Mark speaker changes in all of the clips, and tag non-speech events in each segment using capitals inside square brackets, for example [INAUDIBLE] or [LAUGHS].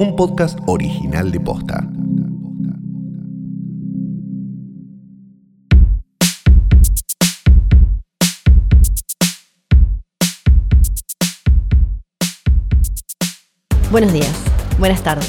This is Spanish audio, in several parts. Speaker 1: un podcast original de Posta.
Speaker 2: Buenos días, buenas tardes,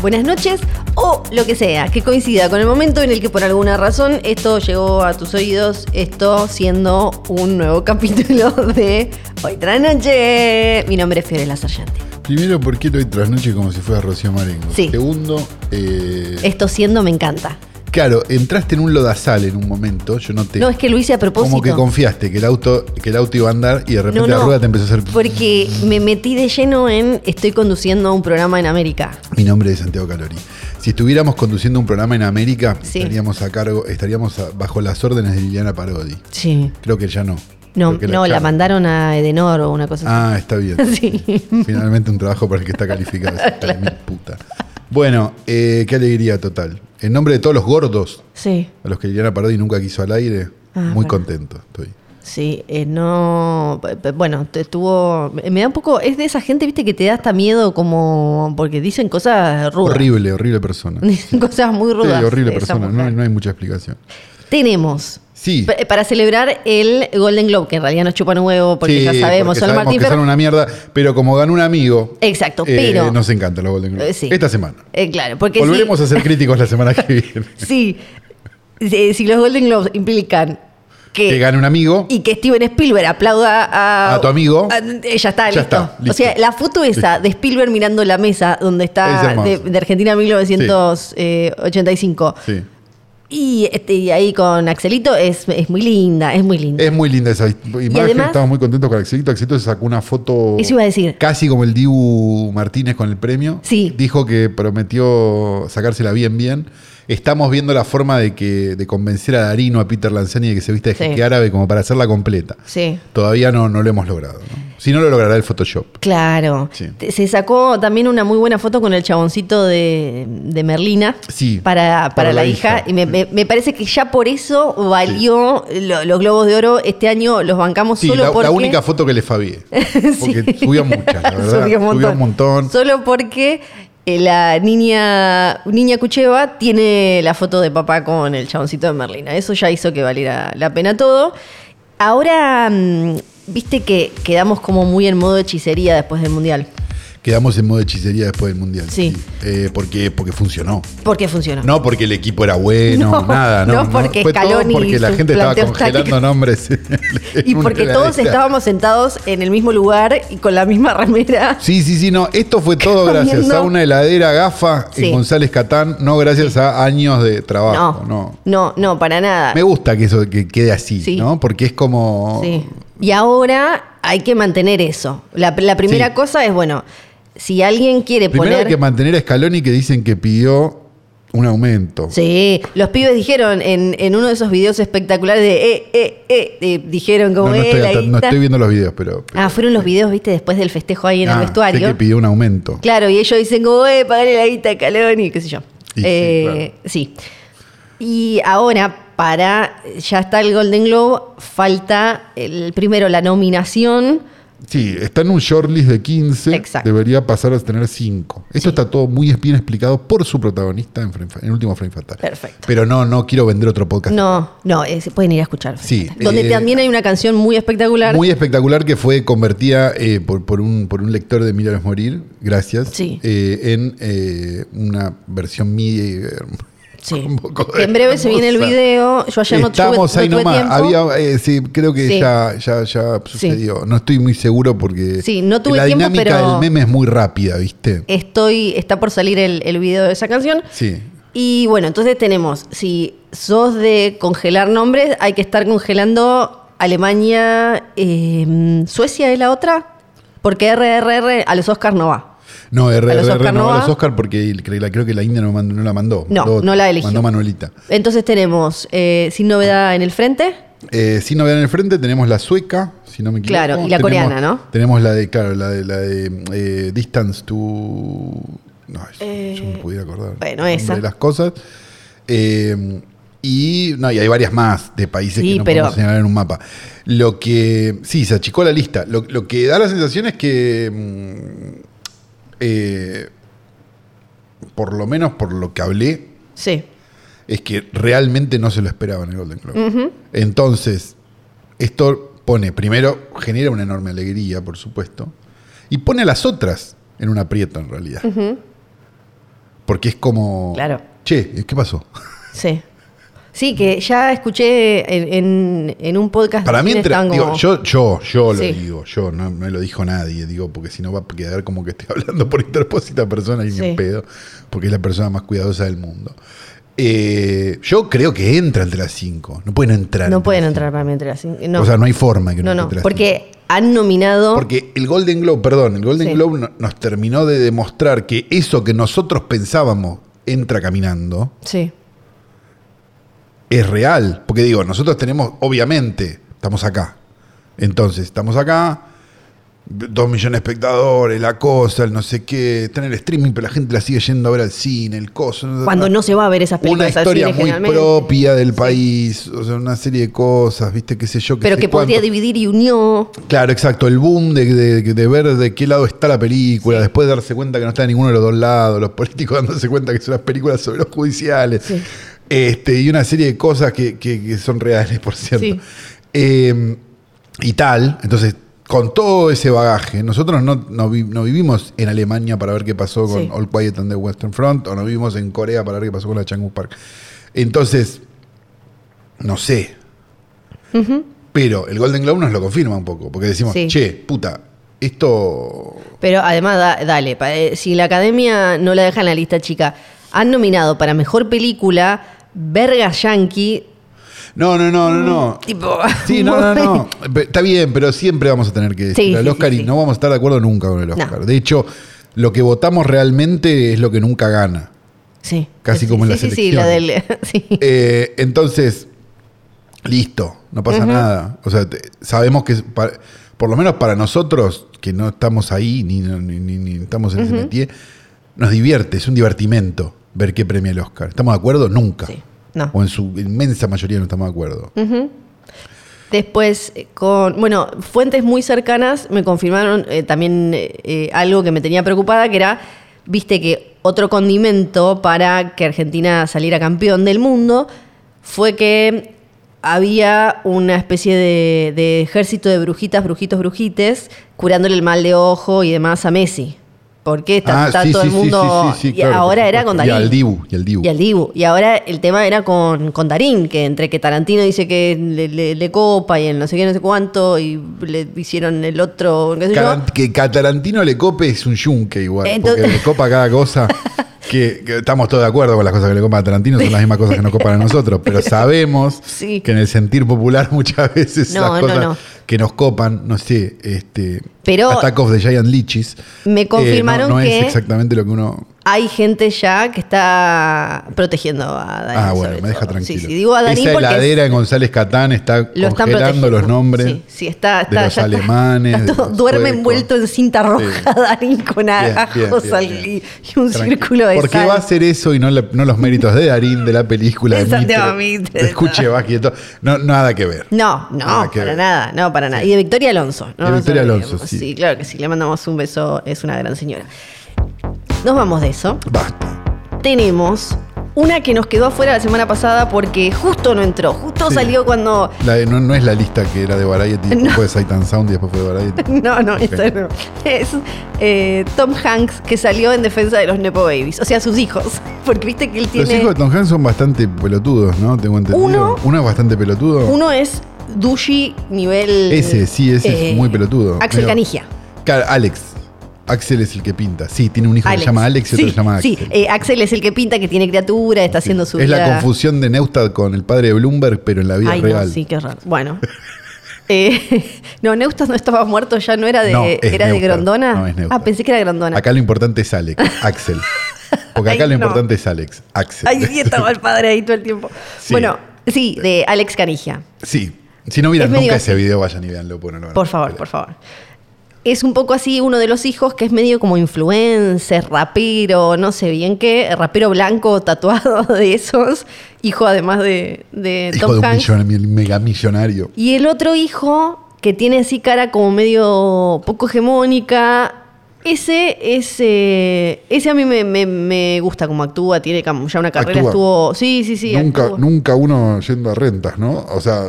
Speaker 2: buenas noches o lo que sea, que coincida con el momento en el que por alguna razón esto llegó a tus oídos, esto siendo un nuevo [LAUGHS] capítulo de Hoy tras noche. Mi nombre es Fiorella Sargenti.
Speaker 3: Primero, porque hoy tras noche como si fuera Rocío Marengo.
Speaker 2: Sí.
Speaker 3: Segundo, eh,
Speaker 2: Esto siendo me encanta.
Speaker 3: claro, entraste en un lodazal en un momento, yo no te...
Speaker 2: No, es que lo hice a propósito.
Speaker 3: como que confiaste que el auto que el auto iba a andar y de repente
Speaker 2: No,
Speaker 3: la
Speaker 2: no,
Speaker 3: rueda te empezó a hacer...
Speaker 2: Porque me metí de lleno en estoy conduciendo un programa en América.
Speaker 3: Mi nombre es Santiago Calori. Si estuviéramos conduciendo un programa en América,
Speaker 2: Sí.
Speaker 3: estaríamos a cargo, estaríamos a- bajo las órdenes de Liliana Parodi.
Speaker 2: Sí.
Speaker 3: Creo que ya no.
Speaker 2: No,
Speaker 3: Creo que
Speaker 2: no, la
Speaker 3: echaron.
Speaker 2: mandaron a Edenor o una cosa
Speaker 3: Ah, está bien.
Speaker 2: así. [LAUGHS] Sí.
Speaker 3: Finalmente un trabajo para el que
Speaker 2: [LAUGHS]
Speaker 3: está calificado. Hija de mil puta. Bueno, eh, qué alegría total. En nombre de todos los gordos,
Speaker 2: Sí.
Speaker 3: a los que Liliana Parodi nunca quiso al aire,
Speaker 2: Ah,
Speaker 3: muy
Speaker 2: bueno.
Speaker 3: contento estoy.
Speaker 2: Sí, eh, no. pe- pe- Bueno, te- estuvo. eh, Me da un poco. Es de esa gente, viste, que te da hasta miedo, como. Porque dicen cosas rudas.
Speaker 3: Horrible, horrible persona.
Speaker 2: [LAUGHS] Dicen cosas muy
Speaker 3: Sí,
Speaker 2: rudas.
Speaker 3: horrible
Speaker 2: de esa
Speaker 3: persona, no,
Speaker 2: mujer.
Speaker 3: no hay mucha explicación.
Speaker 2: Tenemos.
Speaker 3: Sí.
Speaker 2: pa- Para celebrar el Golden Globe, que en realidad nos chupan un huevo, porque
Speaker 3: Sí,
Speaker 2: ya sabemos,
Speaker 3: porque
Speaker 2: son Martín
Speaker 3: que
Speaker 2: Fer-
Speaker 3: son una mierda, pero como ganó un amigo,
Speaker 2: Exacto,
Speaker 3: eh,
Speaker 2: pero.
Speaker 3: nos encanta los Golden Globes.
Speaker 2: Eh, sí.
Speaker 3: Esta semana.
Speaker 2: Eh, claro, porque. si-
Speaker 3: Volveremos a ser críticos la
Speaker 2: [LAUGHS]
Speaker 3: semana que viene.
Speaker 2: Sí. eh, Si, si los Golden Globes implican que.
Speaker 3: Que gane un amigo.
Speaker 2: y que Steven Spielberg aplauda a,
Speaker 3: A tu amigo.
Speaker 2: a- eh, ya está,
Speaker 3: Ya
Speaker 2: listo.
Speaker 3: está, listo.
Speaker 2: O sea, la foto esa de Spielberg mirando la mesa donde
Speaker 3: Es
Speaker 2: está
Speaker 3: hermoso.
Speaker 2: de, de Argentina eh, 1985.
Speaker 3: Sí.
Speaker 2: Y, este, y ahí con Axelito es, es muy linda, es muy linda.
Speaker 3: Es muy linda esa imagen.
Speaker 2: además-
Speaker 3: Estamos muy contentos con Axelito. Axelito se sacó una foto.
Speaker 2: Eso iba a decir.
Speaker 3: Casi como el Dibu Martínez con el premio.
Speaker 2: Sí.
Speaker 3: Dijo que prometió sacársela bien, bien. Estamos viendo la forma de que de convencer a Darino, a Peter Lanzani de que se vista de
Speaker 2: Sí.
Speaker 3: jeque árabe como para hacerla completa.
Speaker 2: Sí.
Speaker 3: Todavía no, no lo hemos logrado. ¿no? Si no lo logrará el Photoshop.
Speaker 2: Claro.
Speaker 3: Sí.
Speaker 2: Te- Se sacó también una muy buena foto con el chaboncito de, de Merlina
Speaker 3: Sí,
Speaker 2: para, para, la, hija. Y me, me- me parece que ya por eso valió lo- los Globos de Oro. Este año los bancamos
Speaker 3: Sí,
Speaker 2: solo
Speaker 3: la, la
Speaker 2: porque...
Speaker 3: única foto que
Speaker 2: [LAUGHS]
Speaker 3: le fabié. Porque
Speaker 2: Sí.
Speaker 3: subió muchas,
Speaker 2: [LAUGHS]
Speaker 3: la verdad.
Speaker 2: Subió un montón.
Speaker 3: montón.
Speaker 2: Solo porque eh, la niña, niña Cucheva tiene la foto de papá con el chaboncito de Merlina. Eso ya hizo que valiera la pena todo. Ahora, mm, viste que quedamos como muy en modo hechicería después del Mundial.
Speaker 3: Quedamos en modo hechicería después del Mundial.
Speaker 2: Sí.
Speaker 3: Eh, porque, porque funcionó.
Speaker 2: Porque funcionó.
Speaker 3: No porque el equipo era bueno,
Speaker 2: No,
Speaker 3: nada, no.
Speaker 2: no porque
Speaker 3: Fue todo
Speaker 2: Scaloni y
Speaker 3: porque la
Speaker 2: sus
Speaker 3: gente estaba
Speaker 2: planteos
Speaker 3: congelando
Speaker 2: tácticos.
Speaker 3: nombres.
Speaker 2: [LAUGHS] y porque todos estábamos sentados en el mismo lugar y con la misma remera.
Speaker 3: Sí, sí, sí, no. Esto
Speaker 2: [LAUGHS]
Speaker 3: fue todo
Speaker 2: Comiendo.
Speaker 3: gracias a una heladera gafa
Speaker 2: Sí.
Speaker 3: en González Catán, no gracias a años de trabajo,
Speaker 2: No,
Speaker 3: no.
Speaker 2: no, no, para nada.
Speaker 3: Me gusta que eso que quede así,
Speaker 2: Sí.
Speaker 3: ¿no? Porque es como.
Speaker 2: Sí. Y ahora hay que mantener eso. La, la primera
Speaker 3: Sí.
Speaker 2: cosa es, bueno, si alguien quiere
Speaker 3: Primero
Speaker 2: poner...
Speaker 3: hay que mantener a Scaloni que dicen que pidió un aumento.
Speaker 2: Sí, los pibes dijeron en, en uno de esos videos espectaculares de eh, eh, eh, eh, dijeron
Speaker 3: No,
Speaker 2: como
Speaker 3: no
Speaker 2: eh,
Speaker 3: estoy,
Speaker 2: la
Speaker 3: ata- no
Speaker 2: guita.
Speaker 3: estoy viendo los videos, pero.
Speaker 2: Ah, fueron los videos, viste, después del festejo ahí en
Speaker 3: Ah,
Speaker 2: el
Speaker 3: sé
Speaker 2: vestuario.
Speaker 3: que pidió un aumento.
Speaker 2: Claro, y ellos dicen como, eh, pagale la guita a Caloni, qué sé yo.
Speaker 3: Y sí,
Speaker 2: Eh, sí, Y ahora, para, ya está el Golden Globe, falta el primero la nominación.
Speaker 3: Sí, está en un shortlist de 15.
Speaker 2: Exacto.
Speaker 3: Debería pasar a tener 5. Esto está todo muy bien explicado por su protagonista en, Frame Fa- en Último Frame Fatal.
Speaker 2: Perfecto.
Speaker 3: Pero no, no quiero vender otro podcast.
Speaker 2: No, no, eh, se pueden ir a escuchar.
Speaker 3: Sí,
Speaker 2: Donde
Speaker 3: eh,
Speaker 2: también hay una canción muy espectacular.
Speaker 3: Muy espectacular que fue convertida eh, por, por un, por un lector de Milagros Morir, gracias,
Speaker 2: Sí.
Speaker 3: eh, en eh, una versión mía. y, eh,
Speaker 2: Sí.
Speaker 3: un poco
Speaker 2: Que en breve se viene el
Speaker 3: hermosa.
Speaker 2: video. Yo ayer no tuve-
Speaker 3: Estamos
Speaker 2: no
Speaker 3: ahí
Speaker 2: tuve
Speaker 3: nomás.
Speaker 2: tiempo.
Speaker 3: Había, eh, sí, creo que
Speaker 2: Sí.
Speaker 3: ya, ya, ya sucedió. No estoy muy seguro porque
Speaker 2: Sí, no tuve
Speaker 3: la
Speaker 2: tiempo,
Speaker 3: dinámica
Speaker 2: pero- Eh,
Speaker 3: del meme es muy rápida, ¿viste?
Speaker 2: Estoy, está por salir el, el video de esa canción.
Speaker 3: Sí.
Speaker 2: Y bueno, entonces tenemos, si sos de congelar nombres, hay que estar congelando Alemania, eh, Suecia es la otra, porque RRR a los Oscars no va.
Speaker 3: No,
Speaker 2: A los
Speaker 3: RRR
Speaker 2: Oscar
Speaker 3: no
Speaker 2: no
Speaker 3: va a
Speaker 2: va.
Speaker 3: los Oscar porque el- cre- la- creo que la India no, mandó- no la mandó.
Speaker 2: No,
Speaker 3: Mandó-
Speaker 2: no la eligió.
Speaker 3: Mandó Manuelita.
Speaker 2: Entonces tenemos eh, Sin Novedad en el Frente,
Speaker 3: Eh, si no vean en el frente, tenemos la sueca, si no me equivoco.
Speaker 2: Claro, y la
Speaker 3: Tenemos-
Speaker 2: coreana, ¿no?
Speaker 3: Tenemos la de, claro, la de, la de eh, Distance to... No, yo- yo me pudiera acordar.
Speaker 2: Eh, bueno,
Speaker 3: el nombre
Speaker 2: esa.
Speaker 3: De las cosas. Eh, y, no, y hay varias más de países
Speaker 2: Sí,
Speaker 3: que no
Speaker 2: pero-
Speaker 3: podemos señalar en un mapa. Lo que... Sí, se achicó la lista. Lo, lo que da la sensación es que... mm, eh, por lo menos por lo que hablé,
Speaker 2: Sí.
Speaker 3: es que realmente no se lo esperaba en el Golden Globe. Entonces, esto pone, primero, genera una enorme alegría, por supuesto, y pone a las otras en un aprieto, en realidad. Porque es como.
Speaker 2: Claro.
Speaker 3: Che, ¿qué pasó? [LAUGHS]
Speaker 2: Sí. Sí, que ya escuché en, en- en un podcast. de
Speaker 3: Para mí,
Speaker 2: cine
Speaker 3: entre-
Speaker 2: estaban
Speaker 3: digo,
Speaker 2: como-
Speaker 3: yo, yo, yo
Speaker 2: Sí.
Speaker 3: lo digo, yo, no no me lo dijo nadie, digo, porque si no va a quedar como que estoy [LAUGHS] hablando por interpósita persona y ni
Speaker 2: Sí.
Speaker 3: en pedo, porque es la persona más cuidadosa del mundo. Eh, yo creo que entra entre las 5, no pueden entrar.
Speaker 2: No
Speaker 3: entre
Speaker 2: pueden
Speaker 3: las
Speaker 2: entrar
Speaker 3: cinco.
Speaker 2: para mí entre las cinco. No,
Speaker 3: O sea, no hay forma que
Speaker 2: no, no,
Speaker 3: entre las cinco.
Speaker 2: porque han nominado.
Speaker 3: Porque el Golden Globe, perdón, el Golden
Speaker 2: Sí.
Speaker 3: Globe no- nos terminó de demostrar que eso que nosotros pensábamos entra caminando
Speaker 2: Sí,
Speaker 3: es real. Porque digo, nosotros tenemos, obviamente, estamos acá. Entonces, estamos acá, dos millones de espectadores, la cosa, el no sé qué, está en el streaming, pero la gente la sigue yendo a ver al cine, el coso.
Speaker 2: cuando no se va a ver esas
Speaker 3: Una
Speaker 2: películas al
Speaker 3: historia
Speaker 2: cine
Speaker 3: muy
Speaker 2: generalmente.
Speaker 3: propia del país, o sea, una serie de cosas, viste, qué sé yo. qué
Speaker 2: Pero
Speaker 3: sé
Speaker 2: que podría
Speaker 3: cuánto.
Speaker 2: dividir y unió.
Speaker 3: Claro, exacto. El boom de, de- de ver de qué lado está la película, después de darse cuenta que no está de ninguno de los dos lados, los políticos [LAUGHS] dándose cuenta que son las películas sobre los judiciales,
Speaker 2: Sí.
Speaker 3: este, y una serie de cosas que, que- que son reales, por cierto.
Speaker 2: Sí.
Speaker 3: Eh, y tal, entonces, con todo ese bagaje, nosotros no, no vi- no vivimos en Alemania para ver qué pasó con
Speaker 2: Sí.
Speaker 3: All Quiet on the Western Front, o no vivimos en Corea para ver qué pasó con la Changgu Park. Entonces, no sé, pero el Golden Globe nos lo confirma un poco, porque decimos,
Speaker 2: Sí.
Speaker 3: che, puta, esto...
Speaker 2: Pero además, da- dale, pa- eh, si la academia no la deja en la lista chica, han nominado para mejor película Verga Yankee.
Speaker 3: No, no, no, no, no.
Speaker 2: Tipo.
Speaker 3: Sí,
Speaker 2: [LAUGHS]
Speaker 3: no, no, no. Pe- Está bien, pero siempre vamos a tener que decir
Speaker 2: Sí,
Speaker 3: al
Speaker 2: sí,
Speaker 3: Oscar
Speaker 2: sí,
Speaker 3: y
Speaker 2: sí.
Speaker 3: no vamos a estar de acuerdo nunca con el Oscar. De hecho, lo que votamos realmente es lo que nunca gana.
Speaker 2: Sí.
Speaker 3: Casi
Speaker 2: Sí,
Speaker 3: como en las
Speaker 2: sí, sí, sí, la del. [LAUGHS]
Speaker 3: elecciones.
Speaker 2: Sí.
Speaker 3: Eh, entonces, listo, no pasa nada. O sea, te- sabemos que, es pa- por lo menos para nosotros, que no estamos ahí, ni, ni- ni- ni estamos en ese métier, nos divierte, es un divertimento ver qué premia el Oscar. ¿Estamos de acuerdo? Nunca.
Speaker 2: Sí, no.
Speaker 3: O en su inmensa mayoría no estamos de acuerdo.
Speaker 2: Después, eh, con, bueno, fuentes muy cercanas me confirmaron eh, también eh, eh, algo que me tenía preocupada, que era, viste que otro condimento para que Argentina saliera campeón del mundo fue que había una especie de, de ejército de brujitas, brujitos, brujites, curándole el mal de ojo y demás a Messi. Porque
Speaker 3: Ah,
Speaker 2: está, está todo el mundo... y
Speaker 3: claro,
Speaker 2: ahora
Speaker 3: por
Speaker 2: era
Speaker 3: supuesto.
Speaker 2: con Darío.
Speaker 3: Y al Dibu, y al Dibu.
Speaker 2: Y al Dibu. Y ahora el tema era con, con Darín, que entre que Tarantino dice que le, le- le copa y el no sé qué, no sé cuánto, y le hicieron el otro, qué sé yo.
Speaker 3: Caran- que Catarantino le cope es un yunque igual,
Speaker 2: Entonces-
Speaker 3: porque le copa cada
Speaker 2: [LAUGHS]
Speaker 3: cosa. Que, que estamos todos de acuerdo con las cosas que le copa a Tarantino, son las mismas cosas que nos copan a nosotros,
Speaker 2: [LAUGHS]
Speaker 3: pero sabemos
Speaker 2: Sí.
Speaker 3: que en el sentir popular [LAUGHS] muchas veces
Speaker 2: No,
Speaker 3: las
Speaker 2: no,
Speaker 3: cosas
Speaker 2: no.
Speaker 3: que nos copan, no sé, este,
Speaker 2: Pero-
Speaker 3: Attack of the Giant Lichis, eh,
Speaker 2: Me confirmaron
Speaker 3: no, no
Speaker 2: que-
Speaker 3: es exactamente lo que uno...
Speaker 2: Hay gente ya que está protegiendo a Darín.
Speaker 3: Ah, bueno,
Speaker 2: sobre
Speaker 3: me deja
Speaker 2: todo.
Speaker 3: tranquilo.
Speaker 2: Sí, sí, digo a Darín
Speaker 3: Esa
Speaker 2: porque
Speaker 3: heladera en González Catán está
Speaker 2: lo están
Speaker 3: congelando
Speaker 2: protegiendo.
Speaker 3: los nombres
Speaker 2: Sí, sí, está, está,
Speaker 3: de los
Speaker 2: ya está-
Speaker 3: alemanes.
Speaker 2: está
Speaker 3: de
Speaker 2: todo-
Speaker 3: los
Speaker 2: duerme
Speaker 3: suecos.
Speaker 2: envuelto en cinta roja [LAUGHS] Darín con
Speaker 3: Bien, bien,
Speaker 2: ajos
Speaker 3: bien,
Speaker 2: al-
Speaker 3: bien.
Speaker 2: y y un
Speaker 3: Tranquilo.
Speaker 2: círculo de
Speaker 3: ¿Por qué
Speaker 2: sal.
Speaker 3: va a ser eso y no, la- no los méritos de Darín de la película de
Speaker 2: De Santiago
Speaker 3: Mitre?
Speaker 2: Mitre,
Speaker 3: Escuche,
Speaker 2: no.
Speaker 3: va quieto. No, nada que ver.
Speaker 2: No, no,
Speaker 3: Nada que
Speaker 2: para
Speaker 3: ver.
Speaker 2: nada, no, para nada. Y de Victoria Alonso. ¿no?
Speaker 3: De
Speaker 2: No
Speaker 3: Victoria
Speaker 2: se lo
Speaker 3: Alonso,
Speaker 2: olvidemos.
Speaker 3: sí.
Speaker 2: Sí, claro que sí, le mandamos un beso, es una gran señora. Nos vamos de eso.
Speaker 3: Basta.
Speaker 2: Tenemos una que nos quedó afuera la semana pasada porque justo no entró, justo
Speaker 3: Sí.
Speaker 2: salió cuando...
Speaker 3: La de- no, no es la lista que era de Variety, después fue de Sight and Sound y después fue de Variety.
Speaker 2: [LAUGHS] No, no,
Speaker 3: Ok.
Speaker 2: esta no. Es eh, Tom Hanks que salió en defensa de los Nepo Babies, o sea, sus hijos. [LAUGHS] Porque viste que él
Speaker 3: Los
Speaker 2: tiene...
Speaker 3: hijos de Tom Hanks son bastante pelotudos, ¿no? Tengo entendido.
Speaker 2: Uno-
Speaker 3: es bastante pelotudo.
Speaker 2: Uno es Dushi nivel... eh,
Speaker 3: Ese, sí, ese es muy pelotudo.
Speaker 2: Axel
Speaker 3: Medio-
Speaker 2: Canigia.
Speaker 3: Claro, Alex. Axel es el que pinta. Sí, tiene un hijo que se llama Alex y otro
Speaker 2: sí,
Speaker 3: se llama Axel.
Speaker 2: Sí, eh, Axel es el que pinta, que tiene criatura, está haciendo su
Speaker 3: es
Speaker 2: vida.
Speaker 3: la confusión de Neustad con el padre de Bloomberg, pero en la vida
Speaker 2: Ay,
Speaker 3: real.
Speaker 2: no, sí, qué raro. Bueno. [LAUGHS] Eh, [LAUGHS] no, Neustas no estaba muerto, ya no era de,
Speaker 3: No, es
Speaker 2: era de
Speaker 3: Neustad,
Speaker 2: Grondona.
Speaker 3: no, es Neustad.
Speaker 2: ah, pensé que era Grondona.
Speaker 3: Acá lo importante es Alex, Axel. Porque acá
Speaker 2: Ay,
Speaker 3: lo
Speaker 2: no.
Speaker 3: importante es Alex, Axel.
Speaker 2: Ay, sí, estaba el padre ahí todo el tiempo.
Speaker 3: Sí.
Speaker 2: Bueno, sí, de Alex Canigia.
Speaker 3: sí. Si no miran
Speaker 2: Es medio
Speaker 3: nunca
Speaker 2: así.
Speaker 3: ese video, vayan y véanlo. porque no lo van a
Speaker 2: Por favor,
Speaker 3: ver.
Speaker 2: por favor. Es un poco así uno de los hijos que es medio como influencer, rapero, no sé bien qué, rapero blanco, tatuado [LAUGHS] de esos, hijo además de, de
Speaker 3: Hijo
Speaker 2: Tom
Speaker 3: de un
Speaker 2: Hanks.
Speaker 3: millonario, mega millonario.
Speaker 2: Y el otro hijo, que tiene así cara como medio poco hegemónica, Ese, ese, ese a mí me, me- me gusta como actúa, tiene como ya una carrera,
Speaker 3: Actúa.
Speaker 2: estuvo. Sí, sí, sí.
Speaker 3: nunca,
Speaker 2: actúa.
Speaker 3: nunca uno yendo a rentas, ¿no? O sea,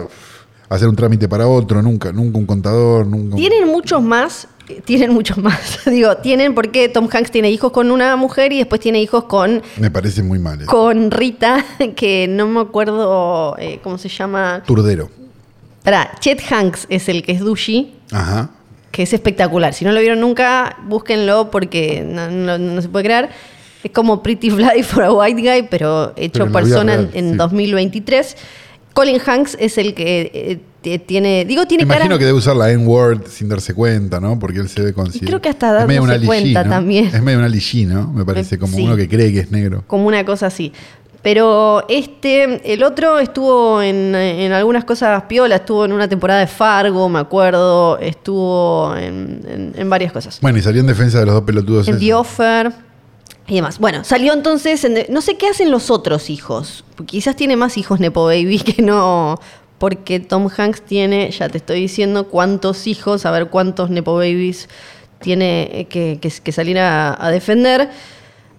Speaker 3: hacer un trámite para otro, nunca, nunca un contador, nunca. un-
Speaker 2: Tienen muchos más, eh, tienen muchos más. [LAUGHS] Digo, tienen porque Tom Hanks tiene hijos con una mujer y después tiene hijos con,
Speaker 3: Me parece muy mal. eh. eso.
Speaker 2: con Rita, [LAUGHS] que no me acuerdo eh, cómo se llama.
Speaker 3: Turdero.
Speaker 2: Pará, Chet Hanks es el que es Dushi,
Speaker 3: Ajá.
Speaker 2: que es espectacular. Si no lo vieron nunca, búsquenlo porque no, no- no se puede creer. Es como Pretty Fly for a White Guy, pero
Speaker 3: Pero
Speaker 2: hecho
Speaker 3: en la vida
Speaker 2: persona en,
Speaker 3: real,
Speaker 2: en
Speaker 3: sí.
Speaker 2: 2023. Colin Hanks es el que eh, t- tiene. Digo, tiene
Speaker 3: Imagino
Speaker 2: cara.
Speaker 3: que debe usar la N-word sin darse cuenta, ¿no? Porque él se ve consciente.
Speaker 2: creo que hasta dándose cuenta también. Eh,
Speaker 3: Es medio una lichí, ¿no? Me parece como
Speaker 2: sí.
Speaker 3: uno que cree que es negro.
Speaker 2: como una cosa así. Pero este, el otro estuvo en, en algunas cosas piola, estuvo en una temporada de Fargo, me acuerdo, estuvo en, en- en varias cosas.
Speaker 3: Bueno, y salió en defensa de los dos pelotudos.
Speaker 2: En
Speaker 3: esos.
Speaker 2: The Offer y demás. Bueno, salió entonces, en- no sé qué hacen los otros hijos, porque quizás tiene más hijos Nepo Baby que no, porque Tom Hanks tiene, ya te estoy diciendo cuántos hijos, a ver cuántos Nepo Babies tiene eh, que, que- que salir a, a defender.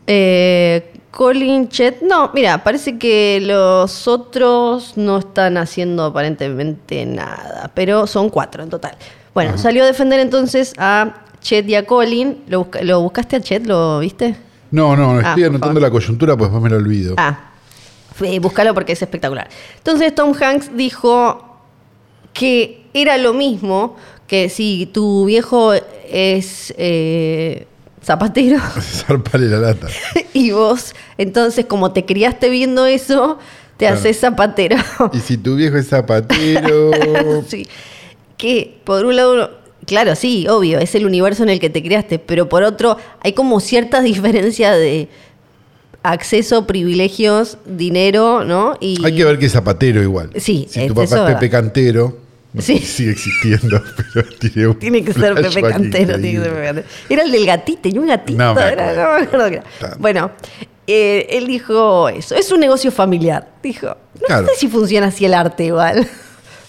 Speaker 2: Eh, Colin Chet, no, mira, parece que los otros no están haciendo aparentemente nada, pero son cuatro en total. Bueno, salió a defender entonces a Chet y a Colin. ¿Lo, busca- lo buscaste a Chet? ¿Lo viste?
Speaker 3: No, no,
Speaker 2: Ah,
Speaker 3: estoy
Speaker 2: por
Speaker 3: anotando
Speaker 2: favor.
Speaker 3: la coyuntura, pues después me lo olvido.
Speaker 2: Ah, eh, búscalo porque es espectacular. Entonces Tom Hanks dijo que era lo mismo que si tu viejo es eh, zapatero.
Speaker 3: [LAUGHS] Zarpale
Speaker 2: [LAUGHS]
Speaker 3: la lata.
Speaker 2: y vos, entonces, como te criaste viendo eso, te
Speaker 3: Claro.
Speaker 2: haces zapatero. [LAUGHS]
Speaker 3: Y si tu viejo es zapatero.
Speaker 2: Sí. Que, por un lado, claro, sí, obvio, es el universo en el que te criaste, pero por otro, hay como ciertas [LAUGHS] diferencias de acceso, privilegios, dinero, ¿no? Y
Speaker 3: Hay que ver que es zapatero igual.
Speaker 2: Sí,
Speaker 3: Si tu
Speaker 2: es-
Speaker 3: papá
Speaker 2: eso
Speaker 3: es
Speaker 2: es
Speaker 3: Pepe
Speaker 2: verdad.
Speaker 3: Cantero, no sé
Speaker 2: Sí.
Speaker 3: si sigue existiendo, [LAUGHS] pero tiene un
Speaker 2: Tiene que
Speaker 3: [LAUGHS]
Speaker 2: ser Pepe
Speaker 3: flashback
Speaker 2: Cantero, tiene que
Speaker 3: increíble.
Speaker 2: ser Pepe Cantero. Era el del gatito, tenía un gatito.
Speaker 3: No me
Speaker 2: era-
Speaker 3: acuerdo.
Speaker 2: no me acuerdo qué era.
Speaker 3: Tanto.
Speaker 2: Bueno, eh, él dijo eso. Es un negocio familiar. Dijo, no
Speaker 3: Claro.
Speaker 2: sé si funciona así el arte igual. [LAUGHS]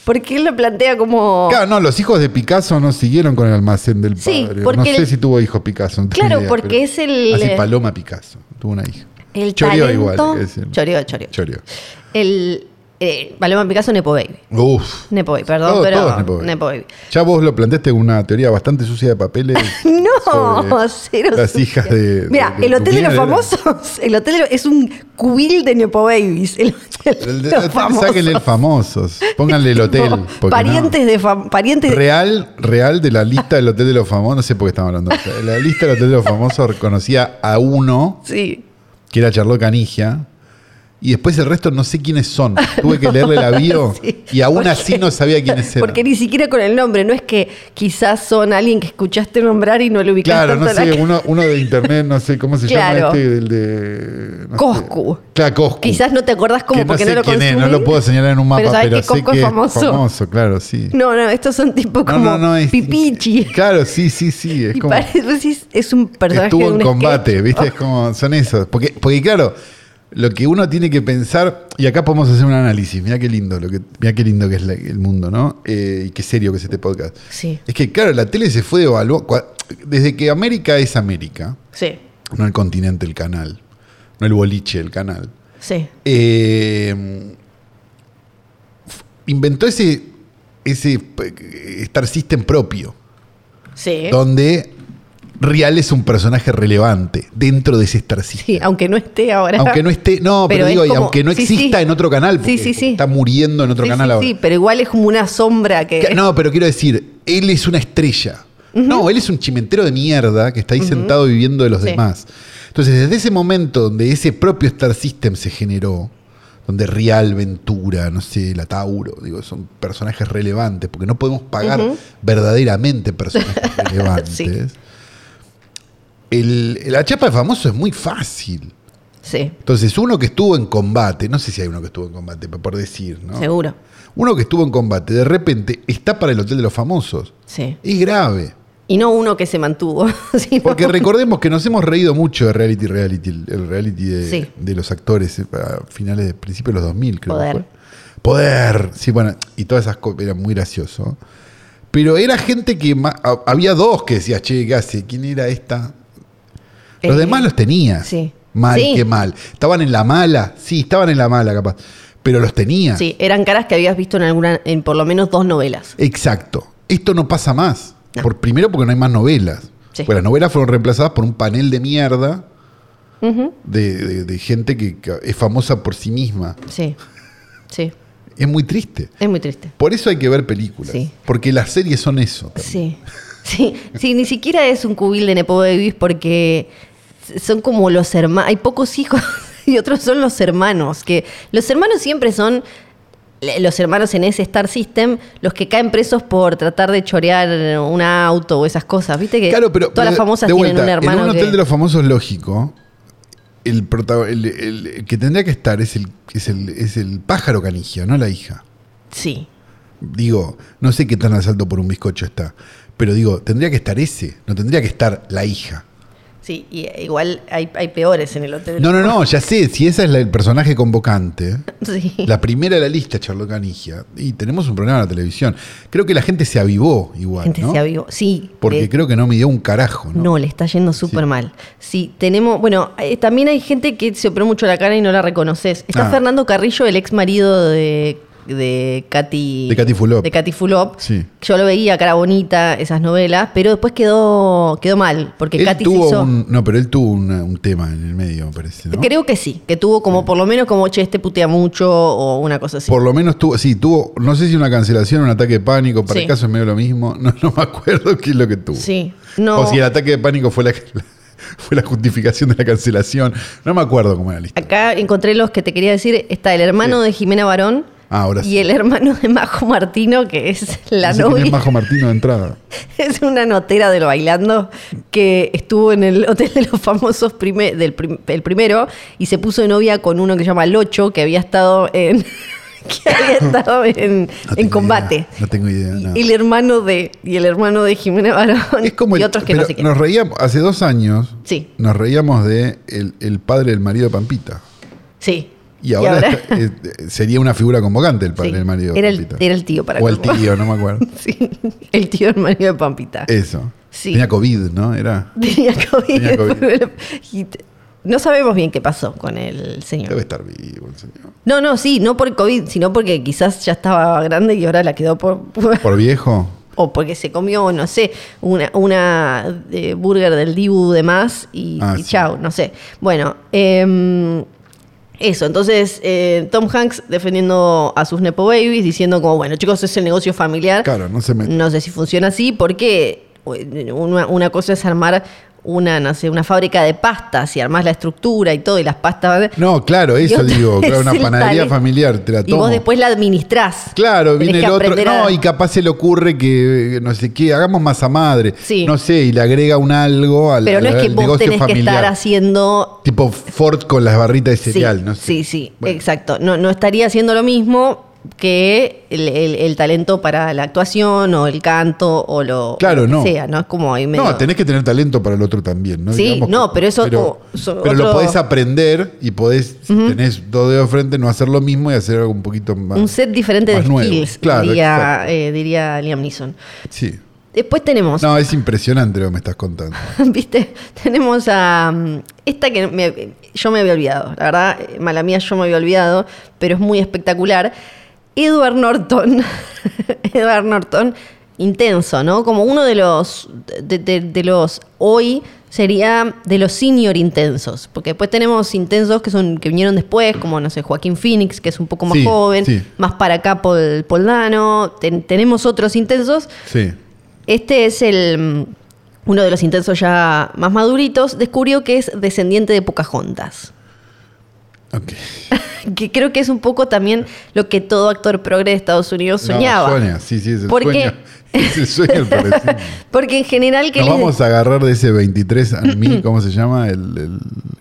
Speaker 2: Porque él lo plantea como...
Speaker 3: Claro, no, los hijos de Picasso no siguieron con el almacén del
Speaker 2: Sí,
Speaker 3: padre.
Speaker 2: porque
Speaker 3: no sé
Speaker 2: el-
Speaker 3: si tuvo hijos Picasso. no tengo
Speaker 2: Claro,
Speaker 3: idea,
Speaker 2: porque
Speaker 3: pero-
Speaker 2: es el- eh,
Speaker 3: Así Paloma Picasso, tuvo una hija.
Speaker 2: El
Speaker 3: Choreó
Speaker 2: talento...
Speaker 3: igual, hay que decirlo.
Speaker 2: Choreó, choreó.
Speaker 3: Choreó.
Speaker 2: El... eh, Paloma Picasso, Nepo Baby.
Speaker 3: Uf.
Speaker 2: Nepo Baby, perdón,
Speaker 3: Todo-
Speaker 2: pero...
Speaker 3: todo es Oh, Nepo Baby.
Speaker 2: Nepo Baby.
Speaker 3: Ya vos lo planteaste con una teoría bastante sucia
Speaker 2: [LAUGHS]
Speaker 3: de papeles.
Speaker 2: No,
Speaker 3: sobre
Speaker 2: cero.
Speaker 3: Las
Speaker 2: sucia.
Speaker 3: hijas de.
Speaker 2: Mira,
Speaker 3: de-
Speaker 2: el hotel de los
Speaker 3: ¿era?
Speaker 2: famosos, el hotel de los- es un cubil de Nepo Babies. El hotel de,
Speaker 3: El de-
Speaker 2: los
Speaker 3: hotel,
Speaker 2: famosos.
Speaker 3: Sáquenle el famosos. Pónganle el hotel.
Speaker 2: Tipo,
Speaker 3: porque no.
Speaker 2: parientes de fam- parientes de-
Speaker 3: Real, real de la lista del Hotel de los Famosos, no sé por qué estamos hablando. de esto. La lista del Hotel de los Famosos reconocía a uno,
Speaker 2: Sí.
Speaker 3: que era Charlotte Canigia, y después el resto no sé quiénes son. Tuve que leerle la bio
Speaker 2: [LAUGHS] Sí,
Speaker 3: y aún
Speaker 2: porque-
Speaker 3: así no sabía quiénes
Speaker 2: [LAUGHS]
Speaker 3: eran.
Speaker 2: Porque ni siquiera con el nombre, no es que quizás son alguien que escuchaste nombrar y no lo ubicaste.
Speaker 3: Claro, no sé, uno, uno de internet, no sé cómo se
Speaker 2: Claro.
Speaker 3: llama este, el de. no sé.
Speaker 2: Coscu.
Speaker 3: Claro, Coscu.
Speaker 2: Quizás no te acordás como
Speaker 3: Que
Speaker 2: porque
Speaker 3: sé
Speaker 2: no lo
Speaker 3: quién es,
Speaker 2: consumís.
Speaker 3: no lo puedo señalar en un mapa,
Speaker 2: Pero sabés
Speaker 3: pero,
Speaker 2: que
Speaker 3: sé
Speaker 2: Coscu
Speaker 3: que
Speaker 2: es famoso.
Speaker 3: famoso,
Speaker 2: [LAUGHS]
Speaker 3: claro, sí.
Speaker 2: No, no, estos son tipo como pipichi.
Speaker 3: Claro, sí, sí, sí. Es
Speaker 2: Y
Speaker 3: como,
Speaker 2: parece, vos decís, es un personaje
Speaker 3: estuvo
Speaker 2: de un
Speaker 3: en combate,
Speaker 2: sketch.
Speaker 3: ¿viste? Es como, son esos. Porque, porque claro, lo que uno tiene que pensar, y acá podemos hacer un análisis, mirá qué lindo, lo que, mirá qué lindo que es la- el mundo, ¿no? Eh, y qué serio que es este podcast.
Speaker 2: Oh, Sí,
Speaker 3: Es que, claro, la tele se fue devaluando. cua- Desde que América es América,
Speaker 2: sí,
Speaker 3: no el continente, el canal, no el boliche, el canal.
Speaker 2: sí.
Speaker 3: Eh, f- inventó ese, ese eh, Star System propio
Speaker 2: Sí.
Speaker 3: donde Real es un personaje relevante dentro de ese Star System.
Speaker 2: Sí, aunque no esté ahora.
Speaker 3: Aunque no esté, no,
Speaker 2: Pero
Speaker 3: pero,
Speaker 2: es
Speaker 3: digo, y
Speaker 2: como-
Speaker 3: aunque no
Speaker 2: sí,
Speaker 3: exista
Speaker 2: sí.
Speaker 3: en otro canal,
Speaker 2: Sí,
Speaker 3: porque,
Speaker 2: sí, sí.
Speaker 3: porque está muriendo en otro
Speaker 2: Sí,
Speaker 3: canal
Speaker 2: sí,
Speaker 3: ahora.
Speaker 2: sí, pero igual es como una sombra que.
Speaker 3: Que- No, pero quiero decir, él es una estrella. No, él es un chimentero de mierda que está ahí sentado viviendo de los
Speaker 2: Sí.
Speaker 3: demás. Entonces, desde ese momento donde ese propio Star System se generó, donde Real, Ventura, no sé, La Tauro, digo, son personajes relevantes, porque no podemos pagar verdaderamente
Speaker 2: [LAUGHS]
Speaker 3: personajes relevantes. El- la chapa de famoso es muy fácil.
Speaker 2: Sí,
Speaker 3: Entonces, uno que estuvo en combate, no sé si hay uno que estuvo en combate, pero por decir, ¿no?
Speaker 2: seguro.
Speaker 3: Uno que estuvo en combate, de repente está para el Hotel de los Famosos.
Speaker 2: Sí.
Speaker 3: Es grave.
Speaker 2: Y no uno que se mantuvo. [LAUGHS] sino-
Speaker 3: Porque recordemos que nos hemos reído mucho de reality, reality, el- el reality de,
Speaker 2: Sí.
Speaker 3: de los actores eh, a finales, de principios de los 2000, creo. que
Speaker 2: Poder.
Speaker 3: fue. Poder. Sí, bueno, y todas esas cosas, era muy gracioso. Pero era gente que ma- ha- había dos que decías, che, ¿qué hace? ¿Quién era esta? Los
Speaker 2: Eh,
Speaker 3: demás los tenías.
Speaker 2: sí.
Speaker 3: Mal,
Speaker 2: Sí.
Speaker 3: qué mal. Estaban en la mala. Sí, estaban en la mala, capaz. Pero los tenías.
Speaker 2: Sí, eran caras que habías visto en alguna, en por lo menos dos novelas.
Speaker 3: Exacto. Esto no pasa más.
Speaker 2: No.
Speaker 3: Por, primero porque no hay más novelas.
Speaker 2: Sí.
Speaker 3: Pues las novelas fueron reemplazadas por un panel de mierda de, de- de gente que, que es famosa por sí misma.
Speaker 2: Sí, sí,
Speaker 3: Es muy triste.
Speaker 2: es muy triste.
Speaker 3: Por eso hay que ver películas.
Speaker 2: Sí.
Speaker 3: Porque las series son eso.
Speaker 2: Sí, sí, sí, ni siquiera es un cubil de Nepo Babies porque son como los hermanos, hay pocos hijos [LAUGHS] y otros son los hermanos, que los hermanos siempre son le- los hermanos en ese Star System, los que caen presos por tratar de chorear un auto o esas cosas, viste que
Speaker 3: Claro, pero.
Speaker 2: todas las
Speaker 3: pero
Speaker 2: famosas
Speaker 3: de
Speaker 2: tienen
Speaker 3: vuelta,
Speaker 2: un hermano.
Speaker 3: En un hotel
Speaker 2: que-
Speaker 3: de los famosos, lógico, el, protago- el- el- el que tendría que estar es el, es el, es el pájaro canigio, no la hija.
Speaker 2: Sí,
Speaker 3: Digo, no sé qué tan al salto por un bizcocho está. Pero digo, tendría que estar ese, no tendría que estar la hija.
Speaker 2: sí, y igual hay, hay peores en el hotel. de
Speaker 3: No,
Speaker 2: los-
Speaker 3: no, no, ya sé, si esa es la- el personaje convocante,
Speaker 2: [LAUGHS] Sí.
Speaker 3: la primera de la lista, Charlotte Canigia, y tenemos un programa en la televisión. Creo que la gente se avivó igual,
Speaker 2: gente
Speaker 3: ¿no?
Speaker 2: se avivó. Sí.
Speaker 3: Porque
Speaker 2: eh,
Speaker 3: creo que no midió un carajo, ¿no?
Speaker 2: No, le está yendo súper
Speaker 3: Sí.
Speaker 2: mal. Sí, tenemos. Bueno, eh, también hay gente que se operó mucho la cara y no la reconoces. Está
Speaker 3: Ah.
Speaker 2: Fernando Carrillo, el ex marido de, de Katy.
Speaker 3: De Katy Fulop.
Speaker 2: De Katy Fulop.
Speaker 3: Sí.
Speaker 2: Yo lo veía, cara bonita, esas novelas, pero después quedó, quedó mal, porque
Speaker 3: él
Speaker 2: Katy se
Speaker 3: tuvo
Speaker 2: hizo.
Speaker 3: un, no, pero él tuvo una- un tema en el medio, me parece, ¿no?
Speaker 2: Creo que sí, que tuvo como por lo menos como, che, este putea mucho o una cosa así.
Speaker 3: Por lo menos tuvo, sí, tuvo, no sé si una cancelación, un ataque de pánico, para
Speaker 2: Sí.
Speaker 3: el caso es medio lo mismo, [LAUGHS] no, no me acuerdo qué es lo que tuvo.
Speaker 2: Sí. No.
Speaker 3: O si el ataque de pánico fue la, fue la justificación de la cancelación, no me acuerdo cómo era la lista.
Speaker 2: Acá encontré los que te quería decir. Está el hermano de Jimena Barón.
Speaker 3: Ah, ahora
Speaker 2: y
Speaker 3: sí.
Speaker 2: el hermano de Majo Martino, que es la
Speaker 3: Dice que
Speaker 2: novia.
Speaker 3: no es Majo Martino de entrada.
Speaker 2: [LAUGHS] Es una notera del bailando que estuvo en el hotel de los famosos prime- del prim- el primero y se puso de novia con uno que se llama Locho, que había estado en, [LAUGHS] que había estado
Speaker 3: [LAUGHS]
Speaker 2: en,
Speaker 3: No
Speaker 2: en
Speaker 3: tengo
Speaker 2: combate.
Speaker 3: idea, no tengo idea.
Speaker 2: Y-
Speaker 3: no.
Speaker 2: y el hermano de y el hermano de Jimena Barón
Speaker 3: Es como
Speaker 2: y
Speaker 3: el-
Speaker 2: otros que no
Speaker 3: pero
Speaker 2: sé qué.
Speaker 3: Nos reíamos, hace dos años,
Speaker 2: Sí.
Speaker 3: nos reíamos de el, el padre del marido de Pampita.
Speaker 2: Sí.
Speaker 3: Y ahora, está-
Speaker 2: [LAUGHS]
Speaker 3: eh, eh, sería una figura convocante el padre
Speaker 2: Sí.
Speaker 3: del marido de
Speaker 2: Era el-
Speaker 3: Pampita.
Speaker 2: era el tío para
Speaker 3: O el
Speaker 2: colmo.
Speaker 3: tío, no me
Speaker 2: [LAUGHS]
Speaker 3: acuerdo.
Speaker 2: sí, el tío hermano de Pampita.
Speaker 3: Eso.
Speaker 2: Sí.
Speaker 3: Tenía COVID, ¿no? Era. [LAUGHS]
Speaker 2: Tenía COVID. [LAUGHS]
Speaker 3: Eh, Tenía COVID.
Speaker 2: Y te- no sabemos bien qué pasó con el señor.
Speaker 3: Debe estar vivo el señor.
Speaker 2: No, no, sí, no por COVID, sino porque quizás ya estaba grande y ahora la quedó por...
Speaker 3: ¿Por viejo?
Speaker 2: o porque se comió, no sé, una, una eh, burger del Dibu de más y,
Speaker 3: Ah,
Speaker 2: y
Speaker 3: sí.
Speaker 2: chau, no sé. Bueno, em, eso, entonces eh, Tom Hanks defendiendo a sus Nepo Babies, diciendo como, bueno chicos, es el negocio familiar.
Speaker 3: Claro, no se me.
Speaker 2: No sé si funciona así porque una, una cosa es armar una, no sé, una fábrica de pastas y armás la estructura y todo y las pastas...
Speaker 3: No, claro,
Speaker 2: Y
Speaker 3: eso
Speaker 2: otra [LAUGHS]
Speaker 3: digo.
Speaker 2: es
Speaker 3: Claro, una
Speaker 2: el
Speaker 3: panadería
Speaker 2: talento.
Speaker 3: familiar, te la
Speaker 2: Y
Speaker 3: tomo.
Speaker 2: vos después la administrás.
Speaker 3: Claro,
Speaker 2: Tenés
Speaker 3: viene
Speaker 2: que
Speaker 3: el otro.
Speaker 2: aprender a-
Speaker 3: No, y capaz se le ocurre que, eh, no sé qué, hagamos masa madre.
Speaker 2: Sí.
Speaker 3: No sé, y le agrega un algo al,
Speaker 2: Pero no es
Speaker 3: al
Speaker 2: que vos
Speaker 3: negocio
Speaker 2: tenés que
Speaker 3: familiar.
Speaker 2: estar haciendo.
Speaker 3: Tipo Ford con las barritas de cereal,
Speaker 2: sí,
Speaker 3: ¿no? sé.
Speaker 2: sí, sí,
Speaker 3: Bueno,
Speaker 2: exacto. No, no estaría haciendo lo mismo que el, el- el talento para la actuación o el canto o lo
Speaker 3: Claro,
Speaker 2: lo que
Speaker 3: no.
Speaker 2: sea, ¿no? Es como ahí medio-
Speaker 3: No, tenés que tener talento para el otro también, ¿no?
Speaker 2: Sí,
Speaker 3: Digamos
Speaker 2: no, pero eso-
Speaker 3: Pero,
Speaker 2: o- so-
Speaker 3: pero lo
Speaker 2: otro-
Speaker 3: podés aprender y podés, si tenés dos dedos frente, no hacer lo mismo y hacer algo un poquito más.
Speaker 2: Un set diferente de
Speaker 3: más nuevo.
Speaker 2: skills,
Speaker 3: Claro,
Speaker 2: diría,
Speaker 3: exacto.
Speaker 2: eh, diría Liam Neeson.
Speaker 3: Sí.
Speaker 2: Después tenemos,
Speaker 3: No, es impresionante lo que me estás contando.
Speaker 2: [LAUGHS] ¿viste? Tenemos a. mm, Esta que me- yo me había olvidado, la verdad, eh, mala mía, yo me había olvidado, pero es muy espectacular. Edward Norton. [LAUGHS] Edward Norton, intenso, ¿no? Como uno de los. de, de- de los hoy sería de los senior intensos. Porque después tenemos intensos que son que vinieron después, como no sé, Joaquín Phoenix, que es un poco más
Speaker 3: Sí,
Speaker 2: joven,
Speaker 3: sí.
Speaker 2: más para acá Paul, Paul Dano. Ten- tenemos otros intensos.
Speaker 3: Sí.
Speaker 2: Este es el mm, uno de los intensos ya más maduritos. Descubrió que es descendiente de Pocahontas. [LAUGHS]
Speaker 3: Ok.
Speaker 2: Que creo que es un poco también lo que todo actor progre de Estados Unidos
Speaker 3: No,
Speaker 2: soñaba.
Speaker 3: sueña, sí, sí, es el
Speaker 2: Porque-
Speaker 3: sueño. [LAUGHS] Es el sueño del progresismo.
Speaker 2: Porque en general que
Speaker 3: Nos
Speaker 2: les-
Speaker 3: vamos a agarrar de ese 23 a
Speaker 2: [LAUGHS]
Speaker 3: mí, ¿cómo se llama? El, el-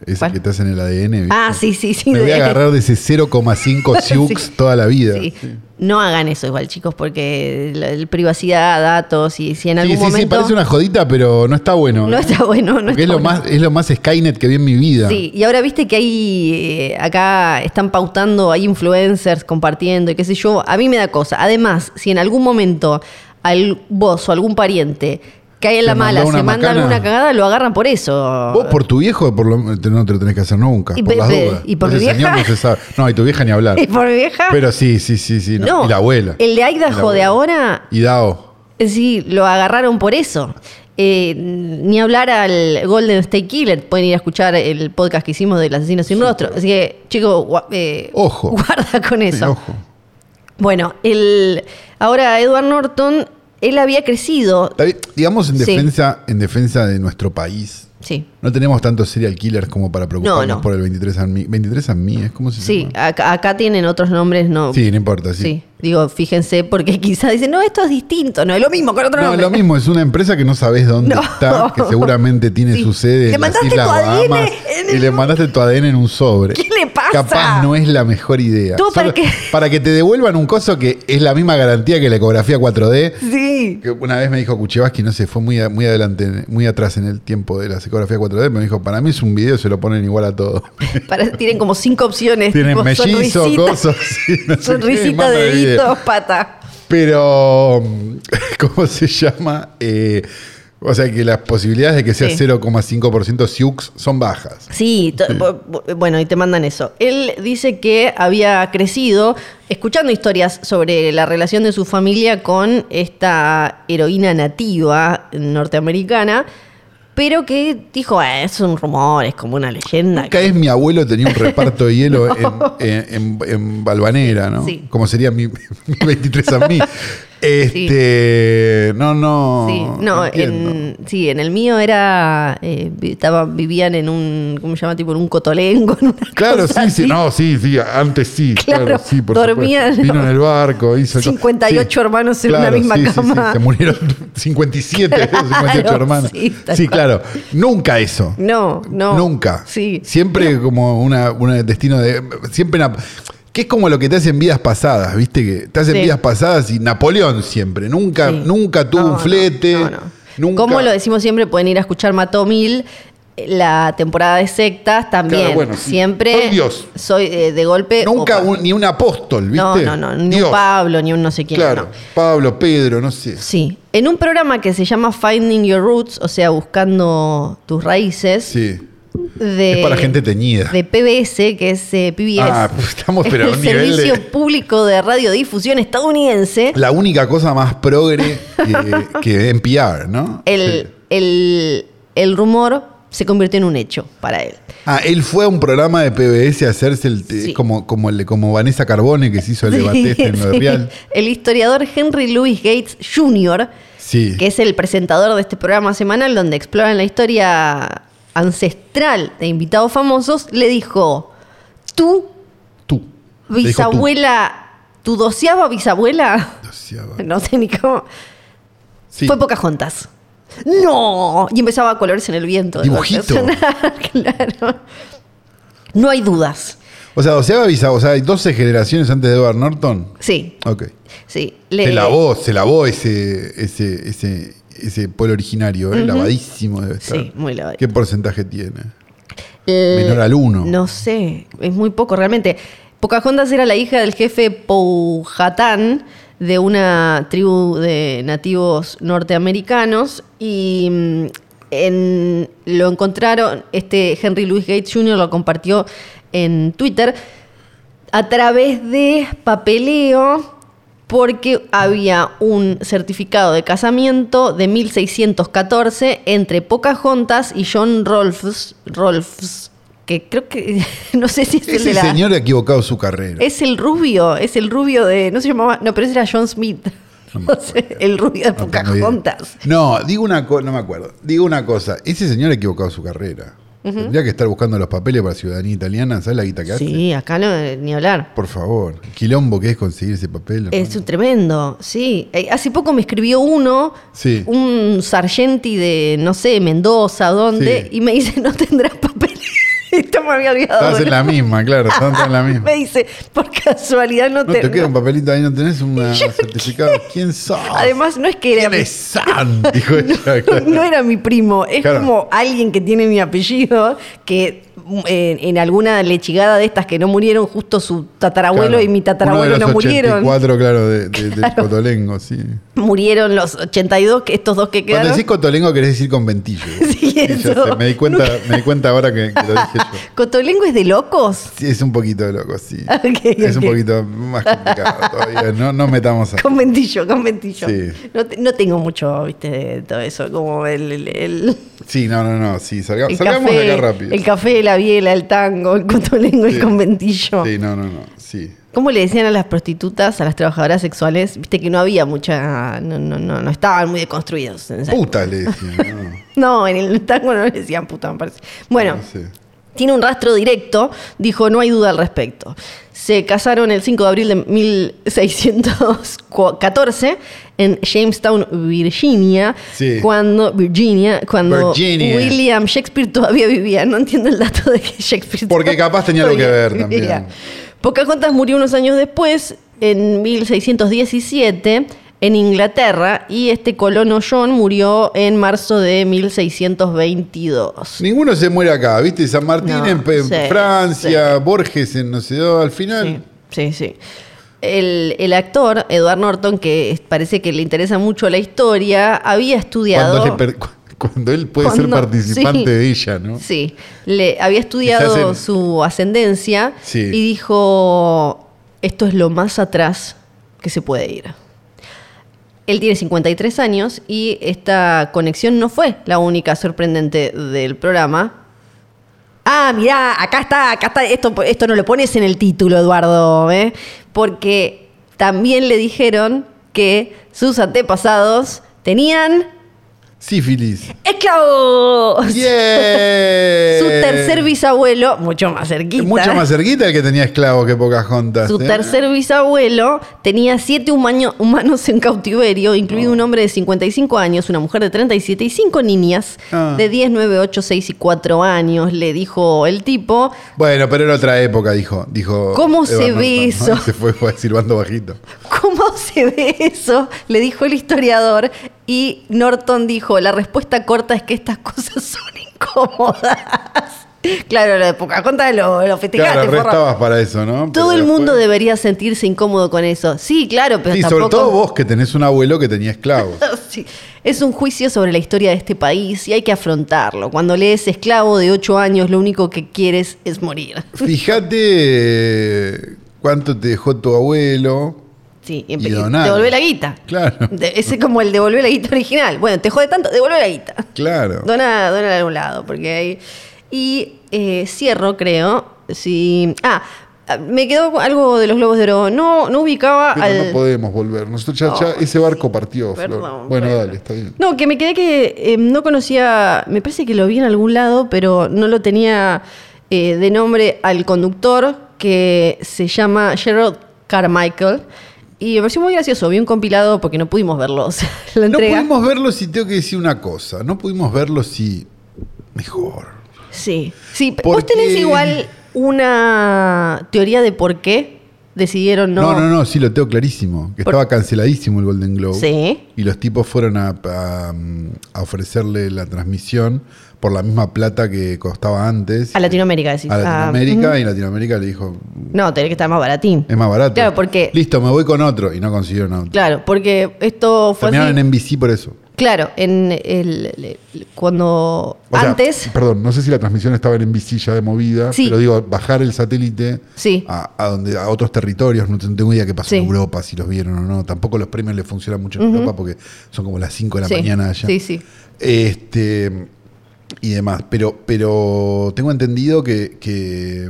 Speaker 3: ese
Speaker 2: ¿Cuál?
Speaker 3: que te hacen el ADN. ¿viste?
Speaker 2: Ah, sí, sí, sí.
Speaker 3: Me voy a
Speaker 2: de-
Speaker 3: agarrar de ese 0,5
Speaker 2: [LAUGHS]
Speaker 3: siux
Speaker 2: Sí.
Speaker 3: toda la vida.
Speaker 2: Sí. No hagan eso igual, chicos, porque la, la privacidad, datos, y si en algún
Speaker 3: sí, sí, sí,
Speaker 2: momento
Speaker 3: parece una jodita, pero no está bueno.
Speaker 2: no
Speaker 3: ¿eh?
Speaker 2: está bueno, no
Speaker 3: Porque es
Speaker 2: está
Speaker 3: lo,
Speaker 2: bueno.
Speaker 3: más, es lo más Skynet que vi en mi vida.
Speaker 2: Sí, y ahora viste que hay eh, acá están pautando, hay influencers compartiendo y qué sé yo. A mí me da cosa. Además, si en algún momento al, vos o algún pariente cae en
Speaker 3: Te
Speaker 2: la
Speaker 3: mandó
Speaker 2: mala,
Speaker 3: una
Speaker 2: se manda
Speaker 3: macana.
Speaker 2: alguna cagada, lo agarran por eso.
Speaker 3: Vos
Speaker 2: [LAUGHS]
Speaker 3: por tu viejo por lo, te- no te lo tenés que hacer nunca,
Speaker 2: Y
Speaker 3: por
Speaker 2: pe-
Speaker 3: las
Speaker 2: pe-
Speaker 3: dudas.
Speaker 2: ¿y por
Speaker 3: Ese
Speaker 2: mi vieja?
Speaker 3: señor no se sabe. No, y tu vieja ni hablar.
Speaker 2: ¿Y por [LAUGHS] mi vieja?
Speaker 3: Pero sí, sí, sí, sí. no. Y la abuela.
Speaker 2: El de
Speaker 3: Y la
Speaker 2: Idaho de
Speaker 3: abuela.
Speaker 2: ahora,
Speaker 3: Y Dao.
Speaker 2: eh, sí, lo agarraron por eso. Eh, ni hablar al Golden State Killer. Pueden ir a escuchar el podcast que hicimos del asesino sin rostro. Así que, chicos, gua- eh, [LAUGHS]
Speaker 3: Ojo.
Speaker 2: guarda con
Speaker 3: Sí,
Speaker 2: eso.
Speaker 3: ojo.
Speaker 2: Bueno, el, ahora Edward Norton, él había crecido.
Speaker 3: Está bien, Digamos en
Speaker 2: Sí.
Speaker 3: defensa, en defensa de nuestro país.
Speaker 2: Sí,
Speaker 3: No tenemos tantos serial killers como para preocuparnos
Speaker 2: No, no.
Speaker 3: por el 23 Anmi. 23 Anmi, ¿es como se
Speaker 2: sí,
Speaker 3: llama?
Speaker 2: acá, acá tienen otros nombres, no.
Speaker 3: Sí, no importa, sí.
Speaker 2: Sí. digo, fíjense, porque [LAUGHS] quizás dicen, no, esto es distinto, no, es lo mismo con otro
Speaker 3: No,
Speaker 2: nombre.
Speaker 3: lo mismo, es una empresa que no sabes dónde
Speaker 2: No.
Speaker 3: está, que seguramente tiene
Speaker 2: Sí.
Speaker 3: su sede
Speaker 2: Le
Speaker 3: en las
Speaker 2: mandaste
Speaker 3: Islas
Speaker 2: tu ADN
Speaker 3: Bahamas
Speaker 2: en
Speaker 3: y
Speaker 2: el-
Speaker 3: le mandaste tu ADN en un sobre.
Speaker 2: ¿Qué le pasa?
Speaker 3: Capaz no es la mejor idea.
Speaker 2: Tú, ¿para
Speaker 3: Solo-
Speaker 2: qué?
Speaker 3: para que te devuelvan un coso que es la misma garantía que la ecografía 4D.
Speaker 2: [LAUGHS] Sí.
Speaker 3: Que una vez me dijo Kuchevaski, no sé, fue muy, a- muy adelante, muy atrás en el tiempo de la ecografía 4D, pero me dijo, para mí es un video, se lo ponen igual a todo.
Speaker 2: Para- tienen como cinco opciones.
Speaker 3: Tienen
Speaker 2: tipo,
Speaker 3: mellizo,
Speaker 2: sonrisita,
Speaker 3: cosas. sí, no sé qué,
Speaker 2: Sonrisita,
Speaker 3: manda el video.
Speaker 2: deditos, pata.
Speaker 3: Pero, [LAUGHS] ¿cómo se llama? Eh, o sea que las posibilidades de que sea
Speaker 2: Sí.
Speaker 3: 0,5% Siux son bajas.
Speaker 2: Sí, to- bu- bu- bueno, y te mandan eso. Él dice que había crecido escuchando historias sobre la relación de su familia con esta heroína nativa norteamericana, pero que dijo, "Ah, es un rumor, es como una leyenda.
Speaker 3: Acá es mi abuelo tenía un reparto de
Speaker 2: [LAUGHS]
Speaker 3: hielo en, en, en- en Balvanera, ¿no?
Speaker 2: Sí.
Speaker 3: Como sería mi, [LAUGHS] mi 23 a mí. Este, no, no.
Speaker 2: Sí, no,
Speaker 3: entiendo.
Speaker 2: en, sí, en el mío era, eh, vi- estaba- vivían en un, ¿cómo se llama? Tipo en un cotolengo. en una [LAUGHS]
Speaker 3: Claro,
Speaker 2: cosa
Speaker 3: sí, sí,
Speaker 2: así.
Speaker 3: no, sí, sí, antes sí, claro,
Speaker 2: Claro,
Speaker 3: sí, por
Speaker 2: dormían,
Speaker 3: supuesto. Vino
Speaker 2: ¿no?
Speaker 3: en el barco, hizo
Speaker 2: 58 hermanos en una misma
Speaker 3: sí, sí,
Speaker 2: cama.
Speaker 3: sí,
Speaker 2: [LAUGHS]
Speaker 3: se murieron 57, de esos 58
Speaker 2: Claro,
Speaker 3: hermanos.
Speaker 2: sí,
Speaker 3: Sí,
Speaker 2: tal cual.
Speaker 3: claro, nunca eso.
Speaker 2: No, no.
Speaker 3: Nunca.
Speaker 2: Sí.
Speaker 3: Siempre como una- un destino de siempre una- que es como lo que te hacen vidas pasadas, ¿viste? Que te hacen
Speaker 2: Sí.
Speaker 3: vidas pasadas y Napoleón siempre, nunca
Speaker 2: Sí.
Speaker 3: nunca tuvo
Speaker 2: No,
Speaker 3: un
Speaker 2: no,
Speaker 3: flete.
Speaker 2: no, no.
Speaker 3: Nunca
Speaker 2: Como lo decimos siempre, pueden ir a escuchar Mató Mil. eh, La temporada de sectas también.
Speaker 3: Claro, bueno, sí.
Speaker 2: Siempre.
Speaker 3: Soy Dios.
Speaker 2: Soy eh, de golpe.
Speaker 3: Nunca
Speaker 2: opa.
Speaker 3: un- ni un apóstol, ¿viste?
Speaker 2: No, no, no. Ni
Speaker 3: Dios.
Speaker 2: un Pablo, ni un no sé quién.
Speaker 3: Claro,
Speaker 2: no.
Speaker 3: Pablo, Pedro, no sé.
Speaker 2: Sí. En un programa que se llama Finding Your Roots, o sea, buscando tus raíces.
Speaker 3: Sí.
Speaker 2: de-
Speaker 3: es para gente teñida.
Speaker 2: Eh, De PBS, que es eh, PBS.
Speaker 3: Ah, estamos, pero
Speaker 2: [LAUGHS]
Speaker 3: a
Speaker 2: el
Speaker 3: un nivel de-
Speaker 2: Servicio Público de Radiodifusión Estadounidense.
Speaker 3: La única cosa más progre que, que NPR, ¿no?
Speaker 2: el,
Speaker 3: Sí.
Speaker 2: el- el rumor se convirtió en un hecho para él.
Speaker 3: Ah, él fue a un programa de PBS a hacerse el, te-
Speaker 2: Sí.
Speaker 3: como, como, el- como Vanessa Carbone que se hizo el
Speaker 2: Sí,
Speaker 3: debate este en lo de
Speaker 2: [LAUGHS] sí.
Speaker 3: Real.
Speaker 2: El historiador Henry Louis Gates Jr.,
Speaker 3: Sí.
Speaker 2: que es el presentador de este programa semanal donde exploran la historia ancestral de invitados famosos, le dijo, tu
Speaker 3: Tú. Le dijo tú.
Speaker 2: bisabuela, tu doceava
Speaker 3: [LAUGHS]
Speaker 2: bisabuela,
Speaker 3: Doceava.
Speaker 2: no sé ni cómo,
Speaker 3: Sí.
Speaker 2: fue Pocahontas. ¡No! Y empezaba a colores en el viento. de
Speaker 3: Dibujito.
Speaker 2: verdad. [LAUGHS] claro. No hay dudas.
Speaker 3: O sea, doceava avisa, o sea, hay 12 generaciones antes de Edward Norton.
Speaker 2: Sí,
Speaker 3: Ok.
Speaker 2: sí. Le-
Speaker 3: Se lavó, se lavó ese, ese, ese, ese pueblo originario, ¿eh? lavadísimo debe estar.
Speaker 2: Sí, muy lavadito.
Speaker 3: ¿Qué porcentaje tiene?
Speaker 2: El-
Speaker 3: Menor al uno.
Speaker 2: No sé, es muy poco realmente. Pocahontas era la hija del jefe Powhatan de una tribu de nativos norteamericanos y mm, en- lo encontraron, este Henry Louis Gates Jr. lo compartió en Twitter a través de papeleo porque había un certificado de casamiento de 1614 entre Pocahontas y John Rolfs, Rolfs que creo que [LAUGHS] no sé si es el
Speaker 3: Ese
Speaker 2: de la
Speaker 3: señor ha equivocado su carrera.
Speaker 2: es el rubio, es el rubio de no se llamaba, no, pero ese era John Smith. [LAUGHS]
Speaker 3: No me Ah,
Speaker 2: No sé, el rubio de
Speaker 3: No tengo idea.
Speaker 2: Pocahontas.
Speaker 3: No, digo una cosa, no me acuerdo. Digo una cosa, ese señor ha equivocado su carrera. Tendría que estar buscando los papeles para ciudadanía italiana, ¿sabes la guita que hace?
Speaker 2: Sí, acá no, ni hablar.
Speaker 3: Por favor, el quilombo que es conseguir ese papel.
Speaker 2: Es
Speaker 3: hermano.
Speaker 2: un tremendo, sí. Eh, Hace poco me escribió uno,
Speaker 3: Sí.
Speaker 2: un sargenti de, no sé, Mendoza, ¿dónde?
Speaker 3: Sí.
Speaker 2: Y me dice, no tendrás papel. [LAUGHS] Esto me había olvidado.
Speaker 3: Estás en la misma, claro, estás en la
Speaker 2: [LAUGHS]
Speaker 3: misma.
Speaker 2: Me dice, por casualidad no,
Speaker 3: No
Speaker 2: te...
Speaker 3: te queda un
Speaker 2: no".
Speaker 3: papelito ahí, no
Speaker 2: [LAUGHS]
Speaker 3: tenés un certificado. ¿Quién sos?
Speaker 2: Además, no es que era
Speaker 3: ¿Quién
Speaker 2: mi-
Speaker 3: es
Speaker 2: [LAUGHS]
Speaker 3: San? Dijo ella. claro.
Speaker 2: no era mi primo, es
Speaker 3: Claro.
Speaker 2: como alguien que tiene mi apellido, que mm, en, en alguna lechigada de estas que no murieron, justo su tatarabuelo
Speaker 3: Claro.
Speaker 2: y mi
Speaker 3: Uno
Speaker 2: tatarabuelo
Speaker 3: de
Speaker 2: no
Speaker 3: los
Speaker 2: murieron.
Speaker 3: 84, claro, de, de- del Cotolengo, sí.
Speaker 2: murieron los 82, que estos dos que
Speaker 3: Cuando
Speaker 2: quedaron.
Speaker 3: decís cotolengo querés decir con ventillo.
Speaker 2: [LAUGHS] Sí,
Speaker 3: ya
Speaker 2: eso.
Speaker 3: sé, me, di cuenta, me di cuenta ahora que, que lo dije yo.
Speaker 2: ¿Cotolengo es de locos?
Speaker 3: Sí, es un poquito loco, sí.
Speaker 2: [LAUGHS] Ok,
Speaker 3: es
Speaker 2: ok.
Speaker 3: un poquito más complicado todavía. No, no metamos a...
Speaker 2: Con ventillo, con ventillo.
Speaker 3: Sí.
Speaker 2: No, te- no tengo mucho, viste, de todo eso, como el, el, el-
Speaker 3: Sí, no, no, no. Sí, salga-
Speaker 2: el
Speaker 3: salgamos de
Speaker 2: café,
Speaker 3: acá rápido.
Speaker 2: el café, la biela, el tango, el cotolengo,
Speaker 3: Sí.
Speaker 2: el conventillo.
Speaker 3: Sí, no, no, no. Sí.
Speaker 2: ¿Cómo le decían a las prostitutas, a las trabajadoras sexuales? Viste que no había mucha, no, no, no, no estaban muy deconstruidos. en esa-
Speaker 3: Puta le decían.
Speaker 2: [LAUGHS]
Speaker 3: No,
Speaker 2: No, en el tango no le decían puta, me parece. Bueno,
Speaker 3: no sé.
Speaker 2: tiene un rastro directo, dijo, no hay duda al respecto. Se casaron el 5 de abril de 1614 en Jamestown, Virginia,
Speaker 3: Sí.
Speaker 2: cuando Virginia, cuando
Speaker 3: Virginia.
Speaker 2: William Shakespeare todavía vivía. No entiendo el dato de que Shakespeare
Speaker 3: Porque capaz tenía algo que
Speaker 2: todavía
Speaker 3: ver también.
Speaker 2: vivía. Pocahontas murió unos años después, en 1617, en Inglaterra, y este colono John murió en marzo de 1622.
Speaker 3: Ninguno se muere acá, ¿viste? San Martín
Speaker 2: No,
Speaker 3: en, Pe-
Speaker 2: sí,
Speaker 3: Francia, Borges en no sé dónde. Al
Speaker 2: Sí,
Speaker 3: final,
Speaker 2: sí, sí. El, el actor Edward Norton, que es- parece que le interesa mucho la historia, había estudiado.
Speaker 3: cuando, le per- cu- cuando él puede ser
Speaker 2: Cuando-
Speaker 3: participante
Speaker 2: sí.
Speaker 3: de ella, ¿no?
Speaker 2: Sí, le había
Speaker 3: Quizás
Speaker 2: estudiado
Speaker 3: en-
Speaker 2: su ascendencia
Speaker 3: Sí.
Speaker 2: y dijo: Esto es lo más atrás que se puede ir. Él tiene 53 años y esta conexión no fue la única sorprendente del programa. Ah, mirá, acá está, acá está. Esto, esto no lo pones en el título, Eduardo, ¿eh? Porque también le dijeron que sus antepasados tenían [LAUGHS]
Speaker 3: Sífilis.
Speaker 2: esclavos.
Speaker 3: ¡Yeah!
Speaker 2: Su tercer bisabuelo, mucho más cerquita.
Speaker 3: Eh, Mucho más cerquita el que tenía esclavos que Pocahontas.
Speaker 2: Su
Speaker 3: ¿eh?
Speaker 2: tercer bisabuelo tenía siete humaño- humanos en cautiverio, incluido
Speaker 3: Oh.
Speaker 2: un hombre de 55 años, una mujer de 37 y cinco niñas
Speaker 3: Ah.
Speaker 2: de 10, 9, 8, 6 y 4 años, le dijo el tipo.
Speaker 3: Bueno, pero era otra época, dijo. dijo
Speaker 2: ¿Cómo se
Speaker 3: Edward
Speaker 2: ve
Speaker 3: Norton, ¿no?
Speaker 2: eso?
Speaker 3: Se fue, fue [LAUGHS] silbando bajito.
Speaker 2: ¿Cómo se ve eso? Le dijo el historiador y Norton dijo, la respuesta corta es que estas cosas son incómodas. [LAUGHS] Claro, lo de Pocahontas lo, lo festejaste,
Speaker 3: Claro,
Speaker 2: forra.
Speaker 3: restabas para eso, ¿no?
Speaker 2: Todo
Speaker 3: Pero
Speaker 2: el mundo
Speaker 3: después-
Speaker 2: debería sentirse incómodo con eso. Sí, claro, pero
Speaker 3: Sí,
Speaker 2: tampoco...
Speaker 3: sobre todo vos que tenés un abuelo que
Speaker 2: [LAUGHS]
Speaker 3: tenía esclavos.
Speaker 2: Sí. Es un juicio sobre la historia de este país y hay que afrontarlo. Cuando lees esclavo de 8 años, lo único que quieres es morir.
Speaker 3: Fíjate eh, cuánto te dejó tu abuelo.
Speaker 2: Sí,
Speaker 3: Y
Speaker 2: y
Speaker 3: donar.
Speaker 2: devolver la guita.
Speaker 3: Claro.
Speaker 2: De- ese es como el devolver la guita original. Bueno, te jode tanto, devolver la guita.
Speaker 3: Claro.
Speaker 2: Dona, dona a algún lado, porque hay. Y eh, cierro, creo. Si. Ah, me quedó algo de los globos de oro. No, no ubicaba
Speaker 3: Pero
Speaker 2: al.
Speaker 3: no podemos volver. Nosotros ya, ya
Speaker 2: Ay,
Speaker 3: ese barco partió, Flor.
Speaker 2: Perdón,
Speaker 3: Bueno,
Speaker 2: perdón.
Speaker 3: dale, está bien.
Speaker 2: No, que me quedé que eh, no conocía, me parece que lo vi en algún lado, pero no lo tenía eh, de nombre al conductor que se llama Gerald Carmichael. Y me pareció muy gracioso, vi un compilado porque no pudimos verlo. [LAUGHS] o sea, la
Speaker 3: No
Speaker 2: entrega.
Speaker 3: pudimos verlo si tengo que decir una cosa. No pudimos verlo si. Mejor.
Speaker 2: Sí. Sí, p-
Speaker 3: ¿Por
Speaker 2: vos tenés
Speaker 3: qué?
Speaker 2: igual una teoría de por qué decidieron no.
Speaker 3: No, no, no, sí lo tengo clarísimo. Que
Speaker 2: Por-
Speaker 3: estaba canceladísimo el Golden Globe.
Speaker 2: Sí.
Speaker 3: Y los tipos fueron a, a, mm, a ofrecerle la transmisión por la misma plata que costaba antes.
Speaker 2: A Latinoamérica decís.
Speaker 3: A Latinoamérica.
Speaker 2: Ah,
Speaker 3: y Latinoamérica le dijo,
Speaker 2: ujú. No, tenés que estar más baratín.
Speaker 3: es más barato.
Speaker 2: Claro, porque-
Speaker 3: Listo, me voy con otro. Y no consiguieron otro.
Speaker 2: Claro, porque esto fue
Speaker 3: Terminaron
Speaker 2: así.
Speaker 3: en NBC por eso.
Speaker 2: Claro, en el, el- el- cuando
Speaker 3: O sea,
Speaker 2: antes
Speaker 3: perdón, no sé si la transmisión estaba en NBC ya de movida,
Speaker 2: Sí.
Speaker 3: pero digo, bajar el satélite
Speaker 2: Sí.
Speaker 3: a, a donde, a otros territorios, no tengo idea qué pasó en
Speaker 2: Sí.
Speaker 3: Europa, si los vieron o no. Tampoco los premios le funcionan mucho en Europa porque son como las 5 de la
Speaker 2: Sí,
Speaker 3: mañana allá.
Speaker 2: sí, sí.
Speaker 3: Este, y demás. Pero, pero tengo entendido que, que,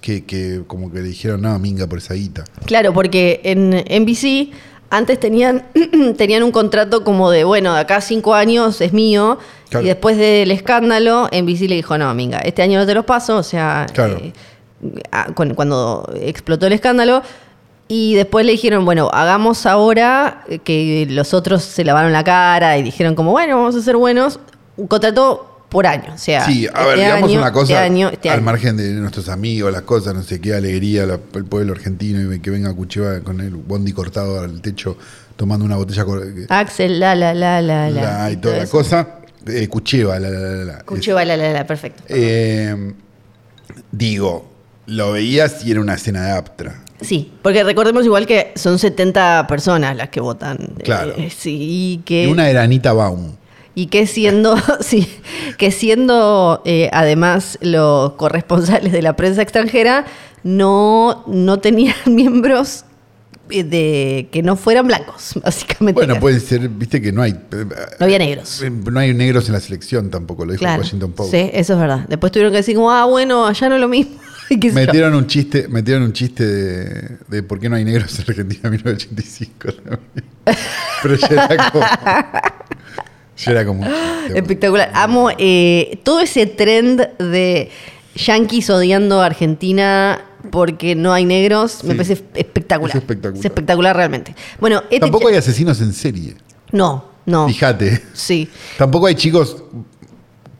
Speaker 3: que- que como que le dijeron, no, minga por esa guita.
Speaker 2: Claro, porque en NBC antes tenían, [CLEARS THROAT] tenían un contrato como de, bueno, de acá a cinco años es mío.
Speaker 3: Claro.
Speaker 2: Y después del escándalo, NBC le dijo, no, minga, este año no te los paso. O sea,
Speaker 3: Claro.
Speaker 2: eh, ah, con- cuando explotó el escándalo. Y después le dijeron, bueno, hagamos ahora eh, que los otros se lavaron la cara y dijeron como, bueno, vamos a ser buenos. Un contrato por año, o sea,
Speaker 3: Sí, a ver,
Speaker 2: este
Speaker 3: digamos
Speaker 2: año,
Speaker 3: una
Speaker 2: este
Speaker 3: cosa
Speaker 2: año, este
Speaker 3: al
Speaker 2: año.
Speaker 3: margen de nuestros amigos, las cosas, no sé qué alegría la- el pueblo argentino y que venga Cucheva con el bondi cortado al techo tomando una botella cor-
Speaker 2: Axel, la, la, la, la, la.
Speaker 3: la- y
Speaker 2: y todo
Speaker 3: toda la
Speaker 2: eso.
Speaker 3: cosa. Eh, Cucheva, la, la, la, la.
Speaker 2: Cucheva, la, la, la, perfecto.
Speaker 3: Eh, digo, lo veías y era una escena de Aptra.
Speaker 2: Sí, porque recordemos igual que son 70 personas las que votan.
Speaker 3: Claro.
Speaker 2: Eh, sí, y
Speaker 3: Y
Speaker 2: que,
Speaker 3: una era Anita Baum.
Speaker 2: y que siendo, [LAUGHS] sí, que siendo eh, además los corresponsales de la prensa extranjera, no, no tenían [LAUGHS] miembros eh, de que no fueran blancos, [LAUGHS] básicamente.
Speaker 3: Bueno, pues, eh, puede ser, viste que no hay.
Speaker 2: No había negros.
Speaker 3: No hay negros en la selección tampoco, lo dijo
Speaker 2: Claro.
Speaker 3: Washington Post.
Speaker 2: Sí, eso es verdad. Después tuvieron que decir, como, ah, bueno, allá no es lo mismo. [LAUGHS] Y qué sé yo.
Speaker 3: Metieron un chiste, metieron un chiste de, de por qué no hay negros en Argentina en 1985.
Speaker 2: [LAUGHS]
Speaker 3: ¿no? Pero ya era como. Ya era como. un chiste,
Speaker 2: Espectacular. Amo eh, todo ese trend de yanquis odiando a Argentina porque no hay negros. Me
Speaker 3: Sí.
Speaker 2: parece espectacular.
Speaker 3: Es espectacular.
Speaker 2: Es espectacular realmente. Bueno, este
Speaker 3: Tampoco
Speaker 2: cha-
Speaker 3: hay asesinos en serie.
Speaker 2: No, no.
Speaker 3: Fíjate.
Speaker 2: Sí.
Speaker 3: Tampoco hay chicos.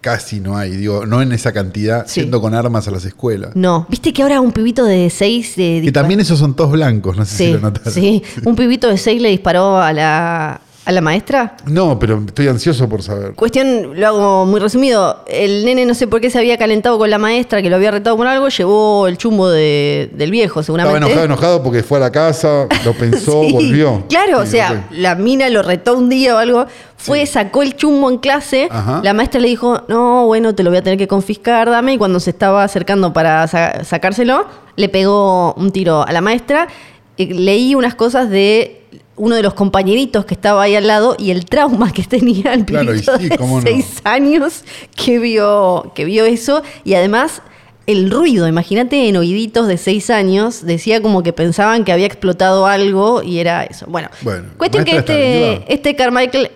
Speaker 3: Casi no hay, digo, no en esa cantidad,
Speaker 2: Sí.
Speaker 3: yendo con armas a las escuelas.
Speaker 2: No. Viste que ahora un pibito de seis. De
Speaker 3: Que también esos son todos blancos, no sé si
Speaker 2: Sí,
Speaker 3: lo notaron.
Speaker 2: sí. Un pibito de seis le disparó a la, a la maestra.
Speaker 3: No, pero estoy ansioso por saber.
Speaker 2: Cuestión, lo hago muy resumido. El nene no sé por qué se había calentado con la maestra que lo había retado con algo, llevó el chumbo de- del viejo,
Speaker 3: Estaba
Speaker 2: seguramente.
Speaker 3: enojado, enojado porque fue a la casa, lo
Speaker 2: [LAUGHS]
Speaker 3: pensó,
Speaker 2: Sí,
Speaker 3: volvió.
Speaker 2: Claro, o
Speaker 3: Sí,
Speaker 2: sea,
Speaker 3: ok.
Speaker 2: la mina lo retó un día o algo, fue, sacó el chumbo en clase,
Speaker 3: Ajá.
Speaker 2: la maestra le dijo, no, bueno, te lo voy a tener que confiscar, dame, y cuando se estaba acercando para sa- sacárselo, le pegó un tiro a la maestra. Eh, Leí unas cosas de uno de los compañeritos que estaba ahí al lado y el trauma que [LAUGHS] tenía el
Speaker 3: Claro, y
Speaker 2: pibito
Speaker 3: sí,
Speaker 2: de
Speaker 3: cómo no.
Speaker 2: seis años que vio, que vio eso y además el ruido, imagínate en oíditos de seis años, decía como que pensaban que había explotado algo y era eso. Bueno,
Speaker 3: Bueno,
Speaker 2: cuestión que
Speaker 3: maestra, ¿está viva?
Speaker 2: este, este Carmichael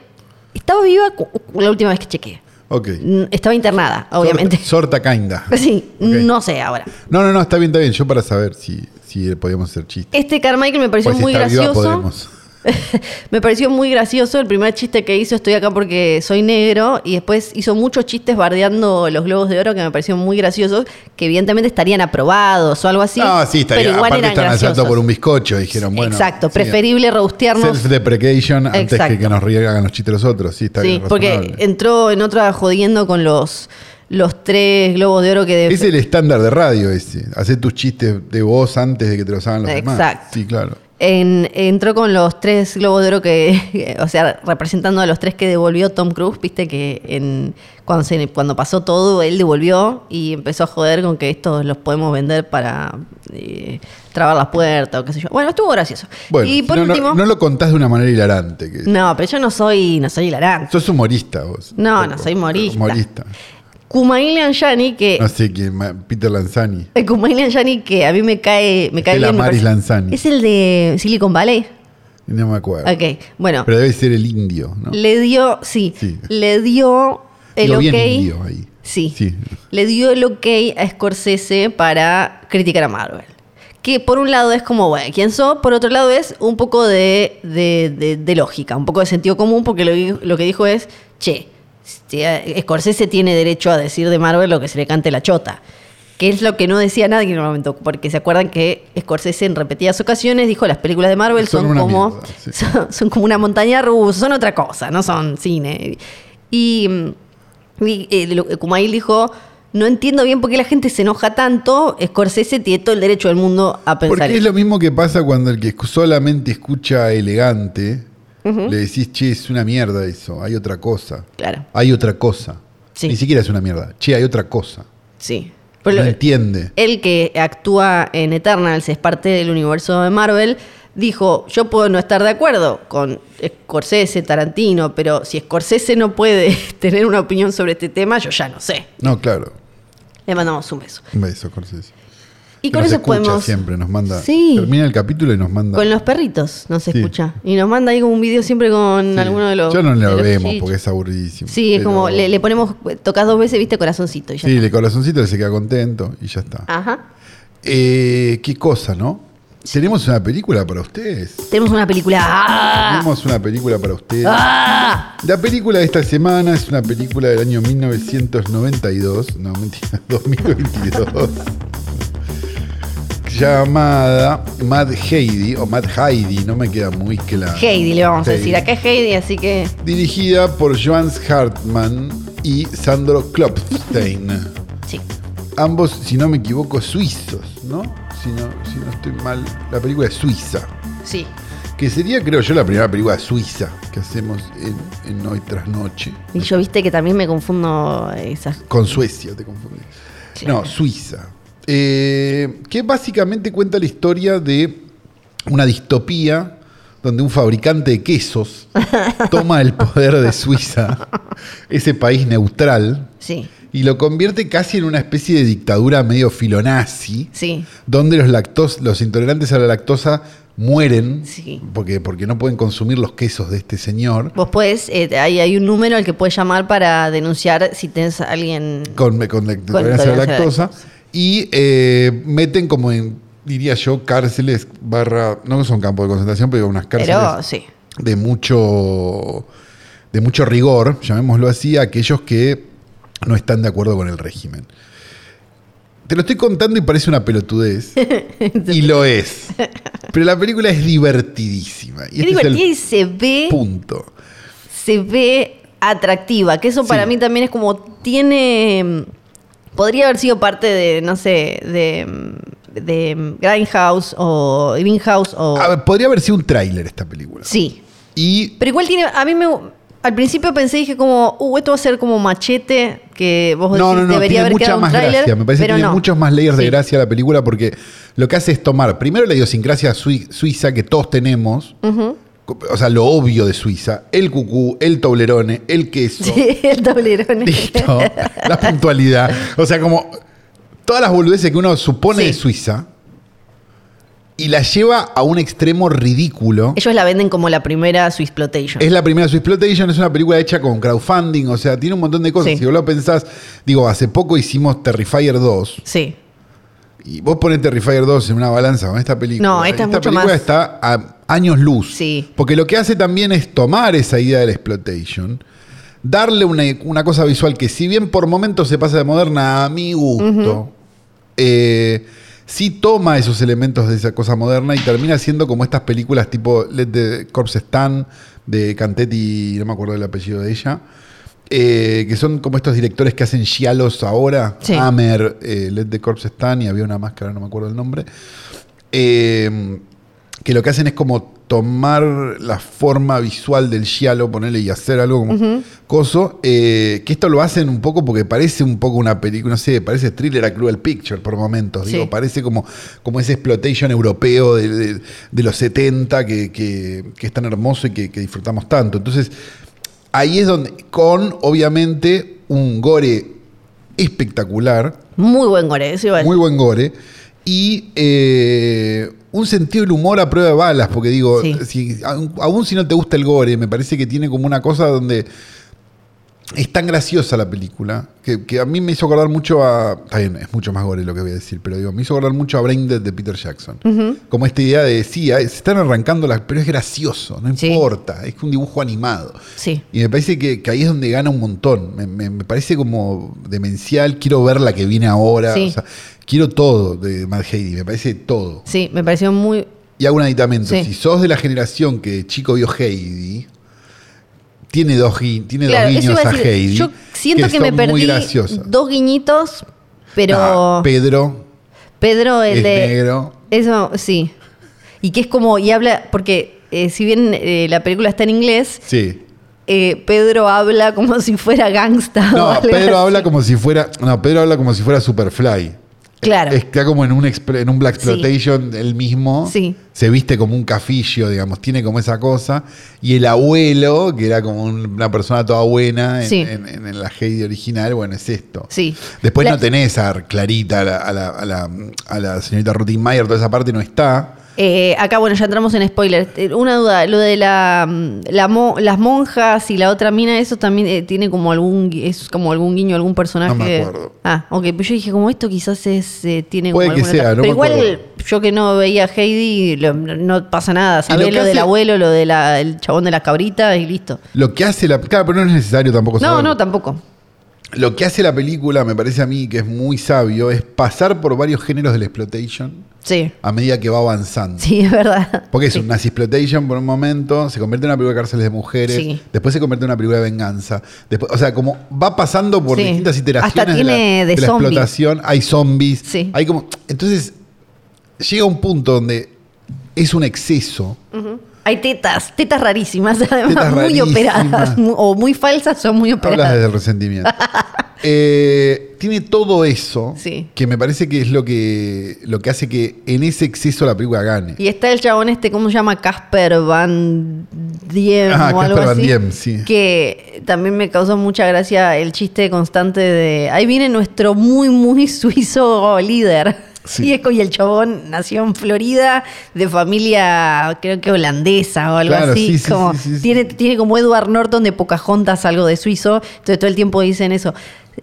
Speaker 2: estaba viva cu- la última vez que chequeé.
Speaker 3: Ok.
Speaker 2: N- Estaba internada, obviamente.
Speaker 3: Sorta, sorta kinda.
Speaker 2: [LAUGHS] Sí,
Speaker 3: Ok.
Speaker 2: no sé ahora.
Speaker 3: No, no, no, está bien, está bien. Yo para saber si, si podíamos hacer chistes.
Speaker 2: Este Carmichael me pareció
Speaker 3: Pues si
Speaker 2: muy
Speaker 3: está viva,
Speaker 2: gracioso.
Speaker 3: podemos.
Speaker 2: [LAUGHS] me pareció muy gracioso el primer chiste que hizo, estoy acá porque soy negro, y después hizo muchos chistes bardeando los globos de oro que me parecieron muy graciosos, que evidentemente estarían aprobados o algo así.
Speaker 3: ah, sí, está bien.
Speaker 2: Pero igual
Speaker 3: Aparte
Speaker 2: eran
Speaker 3: están asaltando
Speaker 2: graciosos.
Speaker 3: por un bizcocho, dijeron. Bueno,
Speaker 2: Exacto,
Speaker 3: sí,
Speaker 2: preferible rostearnos.
Speaker 3: Self-deprecation antes
Speaker 2: Exacto.
Speaker 3: que, que nos hagan los chistes los otros. Sí, está
Speaker 2: Sí,
Speaker 3: bien.
Speaker 2: porque
Speaker 3: razonable.
Speaker 2: entró en otra jodiendo con los, los tres globos de oro que de-
Speaker 3: es el estándar de radio ese. Hacer tus chistes de vos antes de que te los hagan los demás.
Speaker 2: Exacto.
Speaker 3: Sí, claro.
Speaker 2: En- entró con los tres globos de oro que, [LAUGHS] o sea, representando a los tres que devolvió Tom Cruise, viste que en, cuando, se- cuando pasó todo, él devolvió y empezó a joder con que estos los podemos vender para eh, trabar las puertas o qué sé yo. Bueno, estuvo gracioso.
Speaker 3: Bueno,
Speaker 2: y por
Speaker 3: no, no-
Speaker 2: último,
Speaker 3: no
Speaker 2: no,
Speaker 3: lo contás de una manera hilarante. Que
Speaker 2: pero yo no soy, no soy hilarante.
Speaker 3: Sos humorista vos.
Speaker 2: No,
Speaker 3: Un
Speaker 2: no
Speaker 3: poco.
Speaker 2: soy humorista.
Speaker 3: Humorista.
Speaker 2: Kumail Yani, que
Speaker 3: No sé quién, ma- Peter Lanzani.
Speaker 2: [LAUGHS] El Kumail Nanjiani que a mí me cae, me cae
Speaker 3: Estela
Speaker 2: bien. me
Speaker 3: Maris
Speaker 2: parece-
Speaker 3: Lanzani.
Speaker 2: Es el de Silicon Valley.
Speaker 3: No me acuerdo.
Speaker 2: Ok, bueno.
Speaker 3: Pero debe ser el indio, ¿no?
Speaker 2: Le dio, sí,
Speaker 3: Sí.
Speaker 2: le dio el
Speaker 3: Digo
Speaker 2: ok.
Speaker 3: bien indio ahí.
Speaker 2: Sí.
Speaker 3: Sí.
Speaker 2: Le dio el ok a Scorsese para criticar a Marvel. Que por un lado es como, bueno, ¿quién sos? Por otro lado es un poco de, de- de- de lógica, un poco de sentido común, porque lo, que- lo que dijo es, che, si a- Scorsese tiene derecho a decir de Marvel lo que se le cante la chota. Que es lo que no decía nadie en el momento, porque se acuerdan que Scorsese en repetidas ocasiones dijo, las películas de Marvel
Speaker 3: Son
Speaker 2: son,
Speaker 3: una
Speaker 2: como...
Speaker 3: mierda, sí.
Speaker 2: son, [LAUGHS] son como una montaña rusa, son otra cosa, no son cine. Y, mm, y, eh, lo- Kumail dijo, no entiendo bien por qué la gente se enoja tanto, Scorsese tiene todo el derecho del mundo a pensar.
Speaker 3: Porque es
Speaker 2: eso".
Speaker 3: lo mismo que pasa cuando el que solamente escucha elegante, le decís, che, es una mierda eso, hay otra cosa.
Speaker 2: Claro,
Speaker 3: Hay otra cosa.
Speaker 2: Sí.
Speaker 3: Ni siquiera es una mierda. Che, hay otra cosa.
Speaker 2: sí.
Speaker 3: No
Speaker 2: Pero lo-
Speaker 3: entiende.
Speaker 2: él que actúa en Eternals, es parte del universo de Marvel, dijo, yo puedo no estar de acuerdo con Scorsese, Tarantino, pero si Scorsese no puede [LAUGHS] tener una opinión sobre este tema, yo ya no sé.
Speaker 3: No, claro.
Speaker 2: Le mandamos un beso.
Speaker 3: Un beso, Scorsese.
Speaker 2: Y
Speaker 3: Que
Speaker 2: con
Speaker 3: nos
Speaker 2: eso
Speaker 3: escucha
Speaker 2: podemos...
Speaker 3: siempre, nos manda.
Speaker 2: Sí.
Speaker 3: Termina el capítulo y nos manda.
Speaker 2: Con los perritos nos
Speaker 3: Sí.
Speaker 2: escucha. Y nos manda ahí como un video siempre con
Speaker 3: Sí.
Speaker 2: alguno de los.
Speaker 3: Ya no
Speaker 2: de
Speaker 3: lo
Speaker 2: los
Speaker 3: vemos
Speaker 2: chichis.
Speaker 3: porque es aburridísimo.
Speaker 2: Sí, es
Speaker 3: pero-
Speaker 2: como le, le ponemos, tocas dos veces, viste, corazoncito. Y ya
Speaker 3: Sí,
Speaker 2: está. Ah.
Speaker 3: el corazoncito se queda contento y ya está.
Speaker 2: Ajá.
Speaker 3: Eh, qué cosa, ¿no? Tenemos una película para ustedes.
Speaker 2: Tenemos una película. ¡Ah!
Speaker 3: Tenemos una película para ustedes.
Speaker 2: ¡Ah!
Speaker 3: La película de esta semana es una película del año 1992, no mentira, [LAUGHS] 2022, llamada Mad Heidi o Mad Heidi, no me queda muy claro.
Speaker 2: Heidi, le vamos a
Speaker 3: Heidi.
Speaker 2: decir. Acá es Heidi, así que.
Speaker 3: Dirigida por Joans Hartman y Sandro Klopstein.
Speaker 2: Sí.
Speaker 3: ambos, si no me equivoco, suizos, ¿no? Si no, si no estoy mal, la película es suiza.
Speaker 2: Sí.
Speaker 3: Que sería, creo yo, la primera película suiza que hacemos en, en Hoy tras Noche.
Speaker 2: Y yo viste que también me confundo esas.
Speaker 3: Con Suecia, te confundí.
Speaker 2: Claro.
Speaker 3: No, Suiza. Eh, que básicamente cuenta la historia de una distopía donde un fabricante de quesos toma el poder de Suiza, ese país neutral,
Speaker 2: Sí,
Speaker 3: y lo convierte casi en una especie de dictadura medio filonazi
Speaker 2: sí.
Speaker 3: donde los, lactos, los intolerantes a la lactosa mueren
Speaker 2: Sí.
Speaker 3: porque, porque no pueden consumir los quesos de este señor
Speaker 2: Vos podés, eh, hay, hay un número al que puedes llamar para denunciar si tenés a alguien.
Speaker 3: con, con la intolerancia a la
Speaker 2: intolerancia a la
Speaker 3: lactosa y eh, meten como en, diría yo, cárceles barra, no son campos de este concentración, pero unas cárceles
Speaker 2: Pero sí.
Speaker 3: de mucho de mucho rigor, llamémoslo así, a aquellos que no están de acuerdo con el régimen. Te lo estoy contando y parece una [LAUGHS] pelotudez. y lo es. Pero la película es divertidísima. Y
Speaker 2: Qué
Speaker 3: este es el
Speaker 2: divertida y se ve,
Speaker 3: punto.
Speaker 2: se ve atractiva. Que eso para
Speaker 3: Sí.
Speaker 2: mí también es como tiene. mm, Podría haber sido parte de, no sé, de, mm, de mm, Grindhouse o Greenhouse o.
Speaker 3: A ver, podría haber sido un tráiler esta película.
Speaker 2: Sí.
Speaker 3: Y
Speaker 2: Pero igual tiene. A mí me. Al principio pensé, dije como, uh, esto va a ser como machete, que vos decís,
Speaker 3: no, no, no,
Speaker 2: debería
Speaker 3: tiene
Speaker 2: haber
Speaker 3: mucha
Speaker 2: quedado
Speaker 3: más
Speaker 2: un tráiler,
Speaker 3: gracia. Me parece que
Speaker 2: pero
Speaker 3: tiene
Speaker 2: no.
Speaker 3: muchos más layers de
Speaker 2: Sí.
Speaker 3: gracia la película porque lo que hace es tomar primero la idiosincrasia sui- suiza que todos tenemos,
Speaker 2: Ujú.
Speaker 3: o sea, lo obvio de Suiza, el cucú, el toblerone, el queso,
Speaker 2: Sí, [LAUGHS] el tablerón.
Speaker 3: [LAUGHS] listo, la puntualidad, o sea, como todas las boludeces que uno supone
Speaker 2: Sí.
Speaker 3: de Suiza y la lleva a un extremo ridículo.
Speaker 2: Ellos la venden como la primera Swissploitation.
Speaker 3: Es la primera Swissploitation, es una película hecha con crowdfunding, o sea, tiene un montón de cosas.
Speaker 2: Sí.
Speaker 3: Si vos lo pensás, digo, hace poco hicimos Terrifier 2
Speaker 2: Sí.
Speaker 3: y vos ponés Terrifier 2 en una balanza con esta película.
Speaker 2: No, esta es mucho
Speaker 3: película
Speaker 2: más-
Speaker 3: está a años luz.
Speaker 2: Sí.
Speaker 3: Porque lo que hace también es tomar esa idea del exploitation, darle una, una cosa visual que si bien por momentos se pasa de moderna a mi gusto, eh, sí toma esos elementos de esa cosa moderna y termina siendo como estas películas tipo Let the Corpse Stand de Cantetti, no me acuerdo el apellido de ella. eh, que son como estos directores que hacen giallos ahora,
Speaker 2: Sí.
Speaker 3: Hammer, eh, Let the Corpse Stand y había una máscara, no me acuerdo el nombre. Eh, que lo que hacen es como tomar la forma visual del giallo, ponerle y hacer algo como coso. eh, que esto lo hacen un poco porque parece un poco una película, no sé, parece thriller a Cruel Picture por momentos.
Speaker 2: Sí.
Speaker 3: Digo, parece como, como ese exploitation europeo de, de- de los 70 que, que- que es tan hermoso y que, que disfrutamos tanto. Entonces, ahí es donde, con obviamente un gore espectacular.
Speaker 2: Muy buen gore, eso igual.
Speaker 3: Muy buen gore. Y eh, un sentido del humor a prueba de balas, porque digo,
Speaker 2: Sí.
Speaker 3: si- aun- aún si no te gusta el gore, me parece que tiene como una cosa donde es tan graciosa la película, que, que a mí me hizo acordar mucho a... Está bien, es mucho más gore lo que voy a decir, pero digo, me hizo acordar mucho a Brain Dead de Peter Jackson. Como esta idea de, sí, ah, se están arrancando las... Pero es gracioso, no
Speaker 2: Sí.
Speaker 3: importa, es un dibujo animado.
Speaker 2: Sí.
Speaker 3: Y me parece que, que ahí es donde gana un montón. Me, me- me parece como demencial. Quiero ver la que viene ahora.
Speaker 2: Sí.
Speaker 3: o sea, quiero todo de Mad Heidi. Me parece todo.
Speaker 2: Sí, me pareció muy.
Speaker 3: Y hago un aditamento.
Speaker 2: Sí.
Speaker 3: Si sos de la generación que de chico vio Heidi, tiene dos, gui- tiene
Speaker 2: Claro,
Speaker 3: dos
Speaker 2: eso
Speaker 3: guiños
Speaker 2: iba
Speaker 3: a,
Speaker 2: a decir.
Speaker 3: Heidi.
Speaker 2: Yo siento que, me
Speaker 3: son muy
Speaker 2: perdí
Speaker 3: graciosas.
Speaker 2: dos guiñitos, pero
Speaker 3: Nah, Ah, Pedro
Speaker 2: Pedro, el
Speaker 3: es
Speaker 2: de.
Speaker 3: negro.
Speaker 2: Eso, sí. Y que es como. Y habla. Porque eh, si bien eh, la película está en inglés, [LAUGHS]
Speaker 3: Sí.
Speaker 2: eh, Pedro habla como si fuera gangsta. o
Speaker 3: No,
Speaker 2: algo así.
Speaker 3: Pedro habla como si fuera. No, Pedro habla como si fuera Superfly.
Speaker 2: Claro.
Speaker 3: Está como en un, expl- en un Black
Speaker 2: Sí.
Speaker 3: Exploitation él mismo.
Speaker 2: Sí.
Speaker 3: Se viste como un cafillo, digamos, tiene como esa cosa. Y el abuelo, que era como un- una persona toda buena en,
Speaker 2: Sí.
Speaker 3: en- en- en la Heidi original, bueno, es esto.
Speaker 2: Sí.
Speaker 3: Después
Speaker 2: La-
Speaker 3: no tenés a Clarita, a la, a la- a la- a la señorita Rottenmeier, toda esa parte no está.
Speaker 2: Eh, acá, bueno, ya entramos en spoilers. Eh, Una duda, lo de la, mm, la mo- las monjas y la otra mina, eso también eh, tiene como algún, gui- es como algún guiño, algún personaje.
Speaker 3: No me acuerdo.
Speaker 2: Ah, ok, pero yo dije, como esto quizás es, eh, tiene
Speaker 3: Puede
Speaker 2: como
Speaker 3: que
Speaker 2: alguna otra-
Speaker 3: sea,
Speaker 2: Pero
Speaker 3: no me
Speaker 2: igual
Speaker 3: acuerdo.
Speaker 2: yo que no veía a Heidi, lo- no, no pasa nada.
Speaker 3: lo
Speaker 2: Sabés lo,
Speaker 3: que hace-
Speaker 2: del abuelo, lo del chabón de las cabritas y listo.
Speaker 3: Lo que hace la. Claro, pero no es necesario tampoco
Speaker 2: No,
Speaker 3: saberlo.
Speaker 2: no, tampoco.
Speaker 3: Lo que hace la película, me parece a mí que es muy sabio, es pasar por varios géneros del exploitation.
Speaker 2: Sí.
Speaker 3: a medida que va avanzando.
Speaker 2: Sí, [LAUGHS] es verdad.
Speaker 3: Porque es
Speaker 2: Sí.
Speaker 3: una exploitation por un momento, se convierte en una película de cárceles de mujeres,
Speaker 2: Sí.
Speaker 3: después se convierte en una película de venganza. Después, o sea, como va pasando por
Speaker 2: Sí.
Speaker 3: distintas iteraciones
Speaker 2: Hasta tiene
Speaker 3: de la,
Speaker 2: de
Speaker 3: de la
Speaker 2: zombies.
Speaker 3: explotación, hay zombies,
Speaker 2: Sí.
Speaker 3: hay como. Entonces, llega un punto donde es un exceso.
Speaker 2: Hay tetas, tetas rarísimas, [LAUGHS] además,
Speaker 3: Tetas
Speaker 2: muy
Speaker 3: rarísimas.
Speaker 2: operadas. mu- O muy falsas o muy
Speaker 3: Hablas
Speaker 2: operadas.
Speaker 3: desde
Speaker 2: [LAUGHS]
Speaker 3: el resentimiento. Eh, tiene todo eso
Speaker 2: Sí.
Speaker 3: que me parece que es lo que, lo que hace que en ese exceso la película gane.
Speaker 2: Y está el chabón este, ¿cómo se llama? Casper Van Diem
Speaker 3: Ah,
Speaker 2: o algo
Speaker 3: Casper Van
Speaker 2: así.
Speaker 3: Diem, sí.
Speaker 2: Que también me causó mucha gracia el chiste constante de ahí viene nuestro muy, muy suizo líder. [LAUGHS]
Speaker 3: Sí.
Speaker 2: Y es co- y el chabón nació en Florida, de familia creo que holandesa o algo
Speaker 3: Claro,
Speaker 2: así.
Speaker 3: sí, sí,
Speaker 2: como,
Speaker 3: sí, sí, sí.
Speaker 2: Tiene, tiene como Edward Norton de Pocahontas, algo de suizo. Entonces todo el tiempo dicen eso.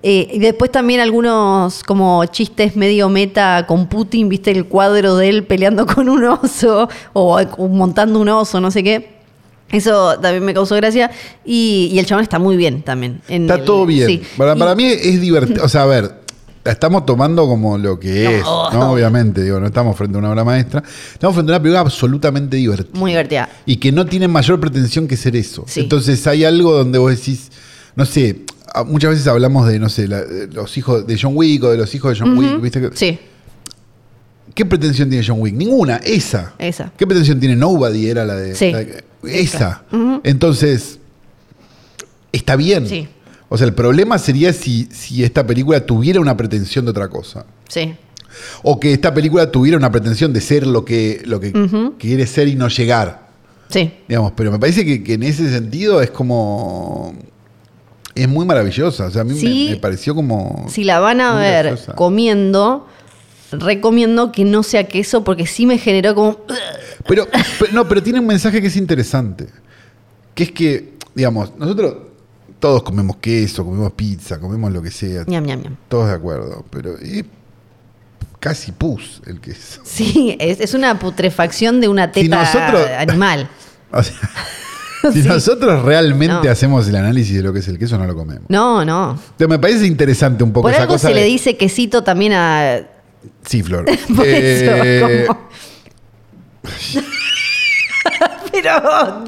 Speaker 2: Eh, y después también algunos como chistes medio meta con Putin, viste el cuadro de él peleando con un oso o eh, montando un oso, no sé qué. Eso también me causó gracia. Y, y el chabón está muy bien también. en
Speaker 3: Está
Speaker 2: el-
Speaker 3: todo bien.
Speaker 2: sí.
Speaker 3: Para,
Speaker 2: Y-
Speaker 3: para mí es divertido. O sea, a ver, la estamos tomando como lo que es,
Speaker 2: No. [LAUGHS]
Speaker 3: ¿no? Obviamente, digo, no estamos frente a una obra maestra. Estamos frente a una película absolutamente divertida.
Speaker 2: Muy divertida.
Speaker 3: Y que no tiene mayor pretensión que ser eso.
Speaker 2: Sí.
Speaker 3: Entonces hay algo donde vos decís, no sé, a- muchas veces hablamos de, no sé, la- de los hijos de John Wick o de los hijos de John Wick, ¿viste? Que-
Speaker 2: Sí,
Speaker 3: ¿Qué pretensión tiene John Wick? Ninguna, esa.
Speaker 2: Esa.
Speaker 3: ¿Qué pretensión tiene Nobody? Era la de.
Speaker 2: Sí.
Speaker 3: la de- esa. Entonces, está bien.
Speaker 2: Sí.
Speaker 3: O sea, el problema sería si, si esta película tuviera una pretensión de otra cosa.
Speaker 2: sí.
Speaker 3: O que esta película tuviera una pretensión de ser lo que, lo que quiere ser y no llegar.
Speaker 2: Sí.
Speaker 3: Digamos, pero me parece que, que en ese sentido es como. Es muy maravillosa. O sea, a mí me-
Speaker 2: Sí.
Speaker 3: me, pareció como.
Speaker 2: Si la van a
Speaker 3: muy
Speaker 2: ver
Speaker 3: graciosa.
Speaker 2: comiendo, recomiendo que no sea queso porque sí me generó como... [CLEARS THROAT]
Speaker 3: Pero, pero- no, pero tiene un mensaje que es interesante. Que es que, digamos, nosotros todos comemos queso, comemos pizza, comemos lo que sea,
Speaker 2: ñam, ñam, ñam.
Speaker 3: todos de acuerdo, pero es casi pus el queso.
Speaker 2: Sí, es, es una putrefacción de una teta
Speaker 3: Si nosotros-
Speaker 2: animal.
Speaker 3: O sea,
Speaker 2: [LAUGHS]
Speaker 3: si
Speaker 2: Sí.
Speaker 3: nosotros realmente
Speaker 2: No.
Speaker 3: hacemos el análisis de lo que es el queso, no lo comemos.
Speaker 2: No, no.
Speaker 3: Pero me parece interesante un poco
Speaker 2: Por
Speaker 3: esa
Speaker 2: algo
Speaker 3: cosa
Speaker 2: se
Speaker 3: de-
Speaker 2: le dice quesito también a... [LAUGHS]
Speaker 3: Sí, Flor.
Speaker 2: Por
Speaker 3: Eh,
Speaker 2: eso,
Speaker 3: [LAUGHS]
Speaker 2: como- [LAUGHS] Pero,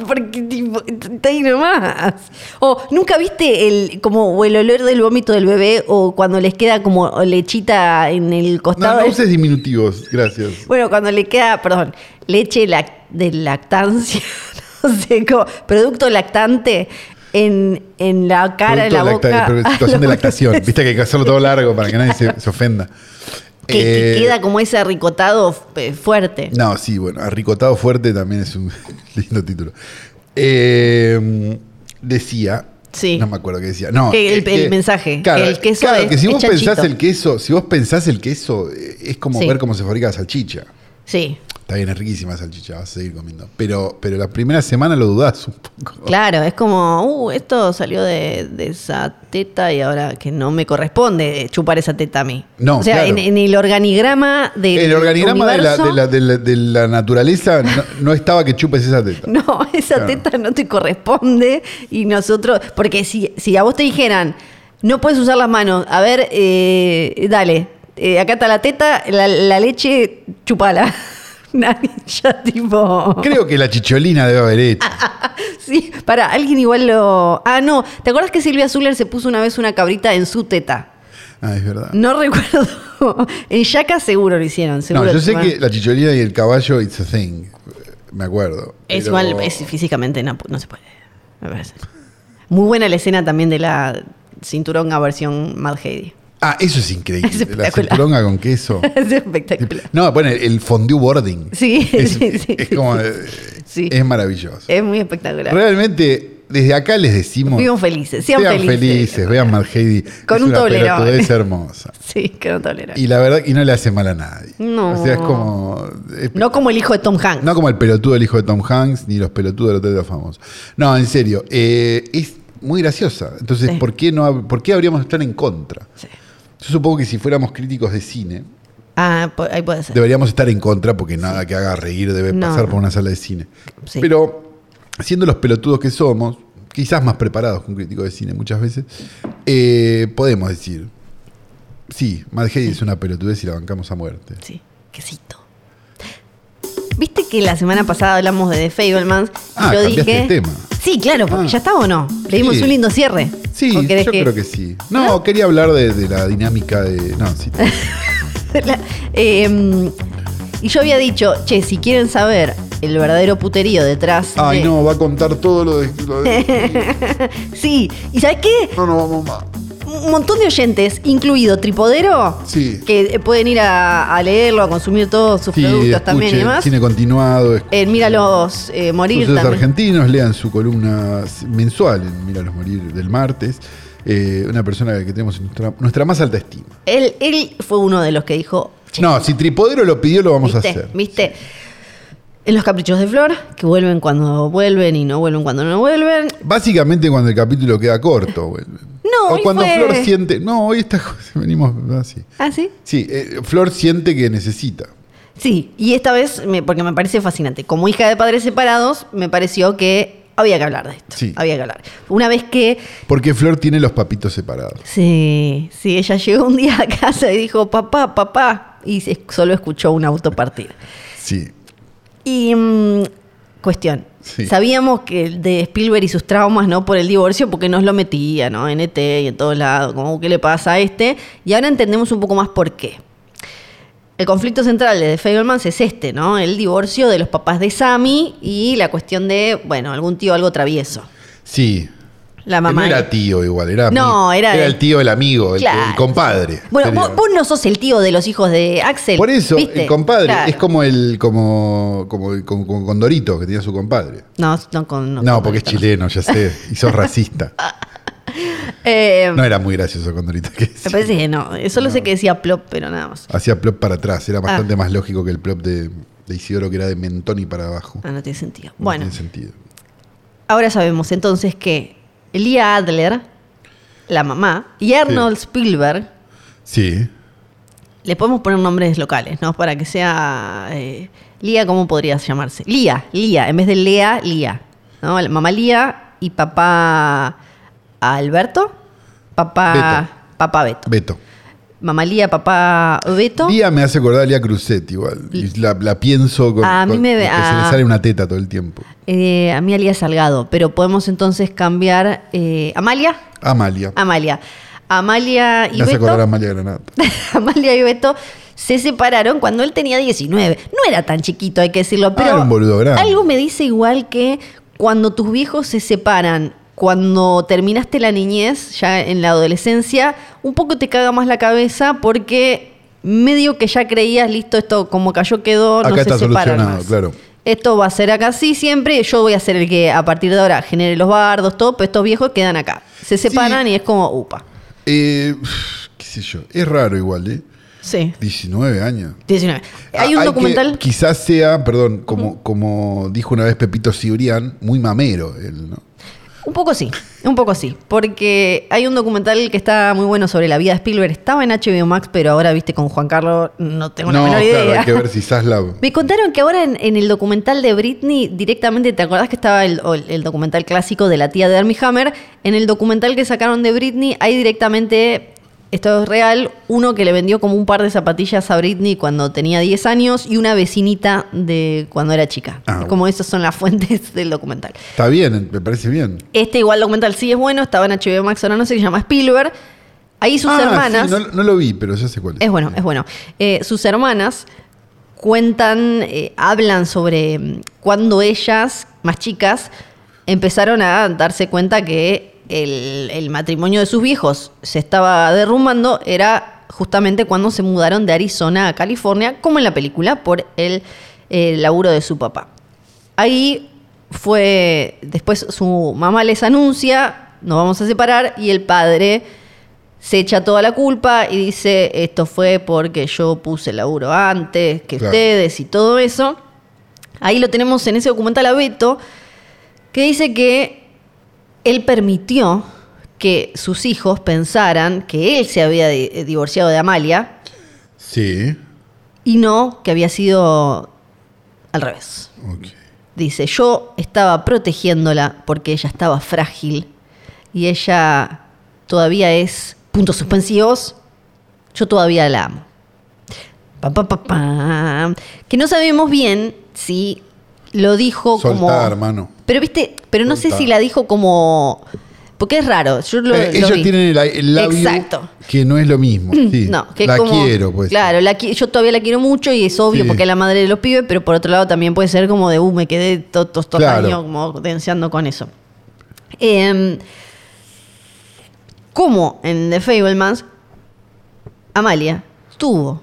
Speaker 2: porque tipo, está ahí nomás. O nunca viste el como o el olor del vómito del bebé o cuando les queda como lechita en el
Speaker 3: no,
Speaker 2: costado.
Speaker 3: no
Speaker 2: del-
Speaker 3: uses diminutivos, gracias.
Speaker 2: Bueno, cuando le queda, perdón, leche lac- de lactancia, [LAUGHS] no sé, como producto lactante en, en la cara, en la
Speaker 3: Producto
Speaker 2: boca. Ah, [LAUGHS]
Speaker 3: lacta- pero situación de lactación. Viste que hay que hacerlo todo largo para que nadie se, se ofenda.
Speaker 2: Que, que
Speaker 3: Eh,
Speaker 2: queda como ese ricotado eh, fuerte.
Speaker 3: No, sí, bueno, Arricotado Fuerte también es un [LAUGHS] lindo título. Eh, decía.
Speaker 2: Sí.
Speaker 3: No me acuerdo qué decía. No,
Speaker 2: Que el-
Speaker 3: es que-
Speaker 2: el mensaje,
Speaker 3: Claro,
Speaker 2: que el queso
Speaker 3: claro,
Speaker 2: es-
Speaker 3: que si
Speaker 2: es
Speaker 3: vos pensás
Speaker 2: chanchito.
Speaker 3: el queso, si vos pensás el queso, eh, es como
Speaker 2: Sí.
Speaker 3: ver cómo se fabrica la salchicha.
Speaker 2: Sí,
Speaker 3: Está bien, es riquísima la salchicha, vas a seguir comiendo. Pero, pero la primera semana lo dudás un poco.
Speaker 2: claro, es como, uh, esto salió de, de esa teta y ahora que no me corresponde chupar esa teta a mí.
Speaker 3: No,
Speaker 2: o sea,
Speaker 3: claro.
Speaker 2: en, en el organigrama del
Speaker 3: el organigrama de la,
Speaker 2: universo,
Speaker 3: de la- de la- de la naturaleza no, no estaba que chupes esa teta.
Speaker 2: No, [LAUGHS] esa
Speaker 3: Claro.
Speaker 2: teta no te corresponde y nosotros, porque si, si a vos te dijeran, no puedes usar las manos, a ver, eh, dale, eh, acá está la teta, la, la leche, chupala. [LAUGHS] Nadie, ya tipo...
Speaker 3: Creo que la chicholina debe haber hecho.
Speaker 2: Ah, Sí, para, alguien igual lo... Ah, no, ¿te acuerdas que Silvia Zuller se puso una vez una cabrita en su teta?
Speaker 3: Ah, es verdad.
Speaker 2: No [LAUGHS] recuerdo. En Yaca seguro lo hicieron, seguro.
Speaker 3: No, yo
Speaker 2: lo
Speaker 3: sé
Speaker 2: tomaron.
Speaker 3: que la chicholina y el caballo, it's a thing. Me acuerdo.
Speaker 2: Es
Speaker 3: Pero-
Speaker 2: igual, es, físicamente no, no se puede. Me parece. Muy buena la escena también de la cinturonga versión Mad Heidi.
Speaker 3: Ah, eso es increíble.
Speaker 2: [LAUGHS] Es
Speaker 3: la
Speaker 2: espectacular.
Speaker 3: cinturonga con queso.
Speaker 2: [LAUGHS] Es espectacular.
Speaker 3: No, bueno, el, el fondue boarding.
Speaker 2: Sí,
Speaker 3: [LAUGHS] es,
Speaker 2: sí, sí,
Speaker 3: es como.
Speaker 2: sí.
Speaker 3: eh,
Speaker 2: Sí.
Speaker 3: Es maravilloso.
Speaker 2: Es muy espectacular.
Speaker 3: Realmente, desde acá les decimos.
Speaker 2: Vivan felices, sean felices.
Speaker 3: vean Mad Heidi.
Speaker 2: [LAUGHS] Con
Speaker 3: es
Speaker 2: un
Speaker 3: una
Speaker 2: toblerón.
Speaker 3: pelotudez hermosa.
Speaker 2: Sí, que no tolera.
Speaker 3: Y la verdad, y no le hace mal a nadie.
Speaker 2: No.
Speaker 3: O sea, es como. es-
Speaker 2: No como el hijo de Tom Hanks.
Speaker 3: No como el pelotudo del hijo de Tom Hanks, ni los pelotudos del Hotel de los Famosos. No, en serio, eh, es muy graciosa. Entonces,
Speaker 2: Sí.
Speaker 3: ¿por, qué no, hab- ¿por qué habríamos de estar en contra?
Speaker 2: Sí.
Speaker 3: Yo supongo que si fuéramos críticos de cine,
Speaker 2: Ah, po- ahí puede ser.
Speaker 3: deberíamos estar en contra porque nada que haga reír debe
Speaker 2: No.
Speaker 3: pasar por una sala de cine.
Speaker 2: Sí.
Speaker 3: Pero, siendo los pelotudos que somos, quizás más preparados que un crítico de cine muchas veces, eh, podemos decir, sí, Mad Heidi es una pelotudez y la bancamos a muerte.
Speaker 2: Sí, quesito. Viste que la semana pasada hablamos de The Fablemans. y
Speaker 3: Ah,
Speaker 2: yo
Speaker 3: cambiaste
Speaker 2: dije.
Speaker 3: de tema.
Speaker 2: Sí, claro, porque
Speaker 3: Ah.
Speaker 2: ya está o no. Le dimos
Speaker 3: Sí.
Speaker 2: un lindo cierre.
Speaker 3: Sí,
Speaker 2: ¿O
Speaker 3: yo
Speaker 2: querés
Speaker 3: creo que sí. No, quería hablar de, de la dinámica de. No,
Speaker 2: [LAUGHS]
Speaker 3: sí.
Speaker 2: La- eh, y yo había dicho, che, si quieren saber el verdadero puterío detrás.
Speaker 3: Ay,
Speaker 2: de-
Speaker 3: no, va a contar todo lo de. lo de-
Speaker 2: [LAUGHS] Sí, ¿y sabes qué?
Speaker 3: No, no vamos más.
Speaker 2: Un montón de oyentes, incluido Tripodero,
Speaker 3: Sí.
Speaker 2: que eh, pueden ir a, a leerlo, a consumir todos sus
Speaker 3: Sí,
Speaker 2: productos también y
Speaker 3: escuchen
Speaker 2: demás.
Speaker 3: cine continuado, escuchen
Speaker 2: Eh, míralos eh, morir
Speaker 3: Sucesos
Speaker 2: también.
Speaker 3: argentinos, lean su columna mensual en Míralos Morir del martes. Eh, una persona que tenemos en nuestra, nuestra más alta estima.
Speaker 2: Él, él fue uno de los que dijo, che,
Speaker 3: No, si Tripodero lo pidió, lo vamos
Speaker 2: ¿Viste?
Speaker 3: a hacer.
Speaker 2: ¿Viste? En los caprichos de Flor, que vuelven cuando vuelven y no vuelven cuando no vuelven.
Speaker 3: Básicamente cuando el capítulo queda corto. güey.
Speaker 2: No, hoy
Speaker 3: o cuando
Speaker 2: fue-
Speaker 3: Flor siente. No, hoy está. [LAUGHS] Venimos así.
Speaker 2: ¿Ah, sí?
Speaker 3: Sí, eh, Flor siente que necesita.
Speaker 2: Sí, y esta vez, me- porque me parece fascinante, como hija de padres separados, me pareció que había que hablar de esto.
Speaker 3: Sí.
Speaker 2: Había que hablar. Una vez que...
Speaker 3: Porque Flor tiene los papitos separados.
Speaker 2: Sí, sí, ella llegó un día a casa y dijo, papá, papá, y se- solo escuchó un auto partir.
Speaker 3: Sí.
Speaker 2: Y mm, cuestión.
Speaker 3: Sí.
Speaker 2: Sabíamos que el de Spielberg y sus traumas, ¿no? Por el divorcio, porque nos lo metía, ¿no? En ET y en todos lados, como "Uh, qué le pasa a este. Y ahora entendemos un poco más por qué. El conflicto central de The Fablemans es este, ¿no? El divorcio de los papás de Sammy y la cuestión de, bueno, algún tío algo travieso.
Speaker 3: Sí.
Speaker 2: La
Speaker 3: Que
Speaker 2: mamá.
Speaker 3: no era tío igual, era
Speaker 2: No,
Speaker 3: amigo.
Speaker 2: era de-
Speaker 3: el tío, el amigo, el,
Speaker 2: Claro.
Speaker 3: el compadre.
Speaker 2: Bueno,
Speaker 3: Sería.
Speaker 2: vos, vos no sos el tío de los hijos de Axel.
Speaker 3: Por eso,
Speaker 2: ¿viste?
Speaker 3: el compadre
Speaker 2: Claro.
Speaker 3: es como el como como, como, como Condorito que tenía su compadre.
Speaker 2: No, no, con-
Speaker 3: No,
Speaker 2: no con-
Speaker 3: porque es chileno, ya sé, y sos
Speaker 2: [LAUGHS]
Speaker 3: racista.
Speaker 2: Eh,
Speaker 3: No era muy gracioso Condorito que
Speaker 2: Me parece que no. Eh, Solo sé que decía plop, pero nada más.
Speaker 3: hacía plop para atrás, era bastante
Speaker 2: Ah.
Speaker 3: más lógico que el plop de, de Isidoro que era de mentón y para abajo.
Speaker 2: Ah, no tiene sentido.
Speaker 3: No
Speaker 2: bueno,
Speaker 3: tiene sentido.
Speaker 2: ahora sabemos entonces que Elia Adler, la mamá, y Arnold Spielberg,
Speaker 3: Sí.
Speaker 2: le podemos poner nombres locales, ¿no? Para que sea. eh, Lía, ¿cómo podría llamarse? Lía, Lía, en vez de Lea, Lía. ¿no? La mamá Lía y papá Alberto, papá
Speaker 3: Beto.
Speaker 2: Papá Beto.
Speaker 3: Beto.
Speaker 2: Mamá Lía, papá Beto.
Speaker 3: Lía me hace acordar a Lía Cruzet igual. Y la, la pienso con,
Speaker 2: A mí
Speaker 3: con-
Speaker 2: me-
Speaker 3: que se
Speaker 2: a-
Speaker 3: le sale una teta todo el tiempo.
Speaker 2: eh, a mí Alía Salgado, pero podemos entonces cambiar. eh, ¿Amalia?
Speaker 3: Amalia.
Speaker 2: Amalia. Amalia Ah, y
Speaker 3: me hace acordar a
Speaker 2: Beto.
Speaker 3: Amalia Granata.
Speaker 2: [LAUGHS] Amalia y Beto se separaron cuando él tenía 19. No era tan chiquito, hay que decirlo, pero
Speaker 3: era un boludo grande.
Speaker 2: algo me dice igual que cuando tus viejos se separan, cuando terminaste la niñez, ya en la adolescencia, un poco te caga más la cabeza porque medio que ya creías, listo, esto como cayó quedó, no
Speaker 3: Acá
Speaker 2: se
Speaker 3: está
Speaker 2: separan
Speaker 3: solucionado,
Speaker 2: más.
Speaker 3: claro.
Speaker 2: Esto va a ser acá sí siempre, yo voy a ser el que a partir de ahora genere los bardos, todo, pero estos viejos quedan acá. Se separan y es como, upa.
Speaker 3: Eh, qué sé yo, es raro igual, ¿eh?
Speaker 2: Sí.
Speaker 3: 19 años.
Speaker 2: 19. Hay un
Speaker 3: Ah, que-
Speaker 2: documental.
Speaker 3: quizás sea, perdón, como, como dijo una vez Pepito Cibrián, muy mamero él, ¿no?
Speaker 2: Un poco sí, un poco sí. Porque hay un documental que está muy bueno sobre la vida de Spielberg. Estaba en HBO Max, pero ahora, viste, con Juan Carlos no tengo la
Speaker 3: no,
Speaker 2: menor idea.
Speaker 3: claro, hay
Speaker 2: [LAUGHS]
Speaker 3: que ver si Zaslav.
Speaker 2: Me contaron que ahora en, en el documental de Britney, directamente, ¿te acordás que estaba el, o el- el documental clásico de la tía de Armie Hammer? En el documental que sacaron de Britney hay directamente, esto es real, uno que le vendió como un par de zapatillas a Britney cuando tenía 10 años y una vecinita de cuando era chica.
Speaker 3: Ah,
Speaker 2: Es como esas son las [LAUGHS] fuentes del documental.
Speaker 3: Está bien, me parece bien.
Speaker 2: Este igual documental sí es bueno, estaba en HBO Max, ahora no sé, se llama Spielberg. Ahí sus
Speaker 3: Ah, sí,
Speaker 2: hermanas...
Speaker 3: no, no lo vi, pero ya sé cuál es.
Speaker 2: Es bueno, es bueno. Eh, sus hermanas cuentan, eh, hablan sobre mm, cuando ellas, más chicas, empezaron a darse cuenta que el, el matrimonio de sus viejos se estaba derrumbando, era justamente cuando se mudaron de Arizona a California, como en la película, por el, eh, laburo de su papá. Ahí fue, después su mamá les anuncia, nos vamos a separar, y el padre se echa toda la culpa y dice, esto fue porque yo puse el laburo antes que
Speaker 3: Claro.
Speaker 2: ustedes y todo eso. Ahí lo tenemos en ese documental a Beto, que dice que él permitió que sus hijos pensaran que él se había di- eh, divorciado de Amalia
Speaker 3: Sí,
Speaker 2: y no que había sido al revés.
Speaker 3: ok.
Speaker 2: Dice, yo estaba protegiéndola porque ella estaba frágil y ella todavía es, puntos suspensivos, yo todavía la amo. Pa, pa, pa, pa. Que no sabemos bien si lo dijo
Speaker 3: Soltá,
Speaker 2: como.
Speaker 3: hermano.
Speaker 2: Pero viste, pero no sé
Speaker 3: Soltá.
Speaker 2: si la dijo como. Porque es raro. Yo lo,
Speaker 3: Eh,
Speaker 2: lo
Speaker 3: ellos
Speaker 2: vi.
Speaker 3: tienen el, el labio
Speaker 2: Exacto.
Speaker 3: que no es
Speaker 2: [CLEARS THROAT]
Speaker 3: lo mismo. sí.
Speaker 2: No, que es
Speaker 3: la
Speaker 2: como-
Speaker 3: quiero, pues.
Speaker 2: Claro, la qui- yo todavía la quiero mucho y es obvio
Speaker 3: Sí.
Speaker 2: porque es la madre de los pibes, pero por otro lado también puede ser como de, uh, me quedé todos to, to-
Speaker 3: Claro.
Speaker 2: años como denseando con eso. Em, como en The Fablemans, Amalia tuvo,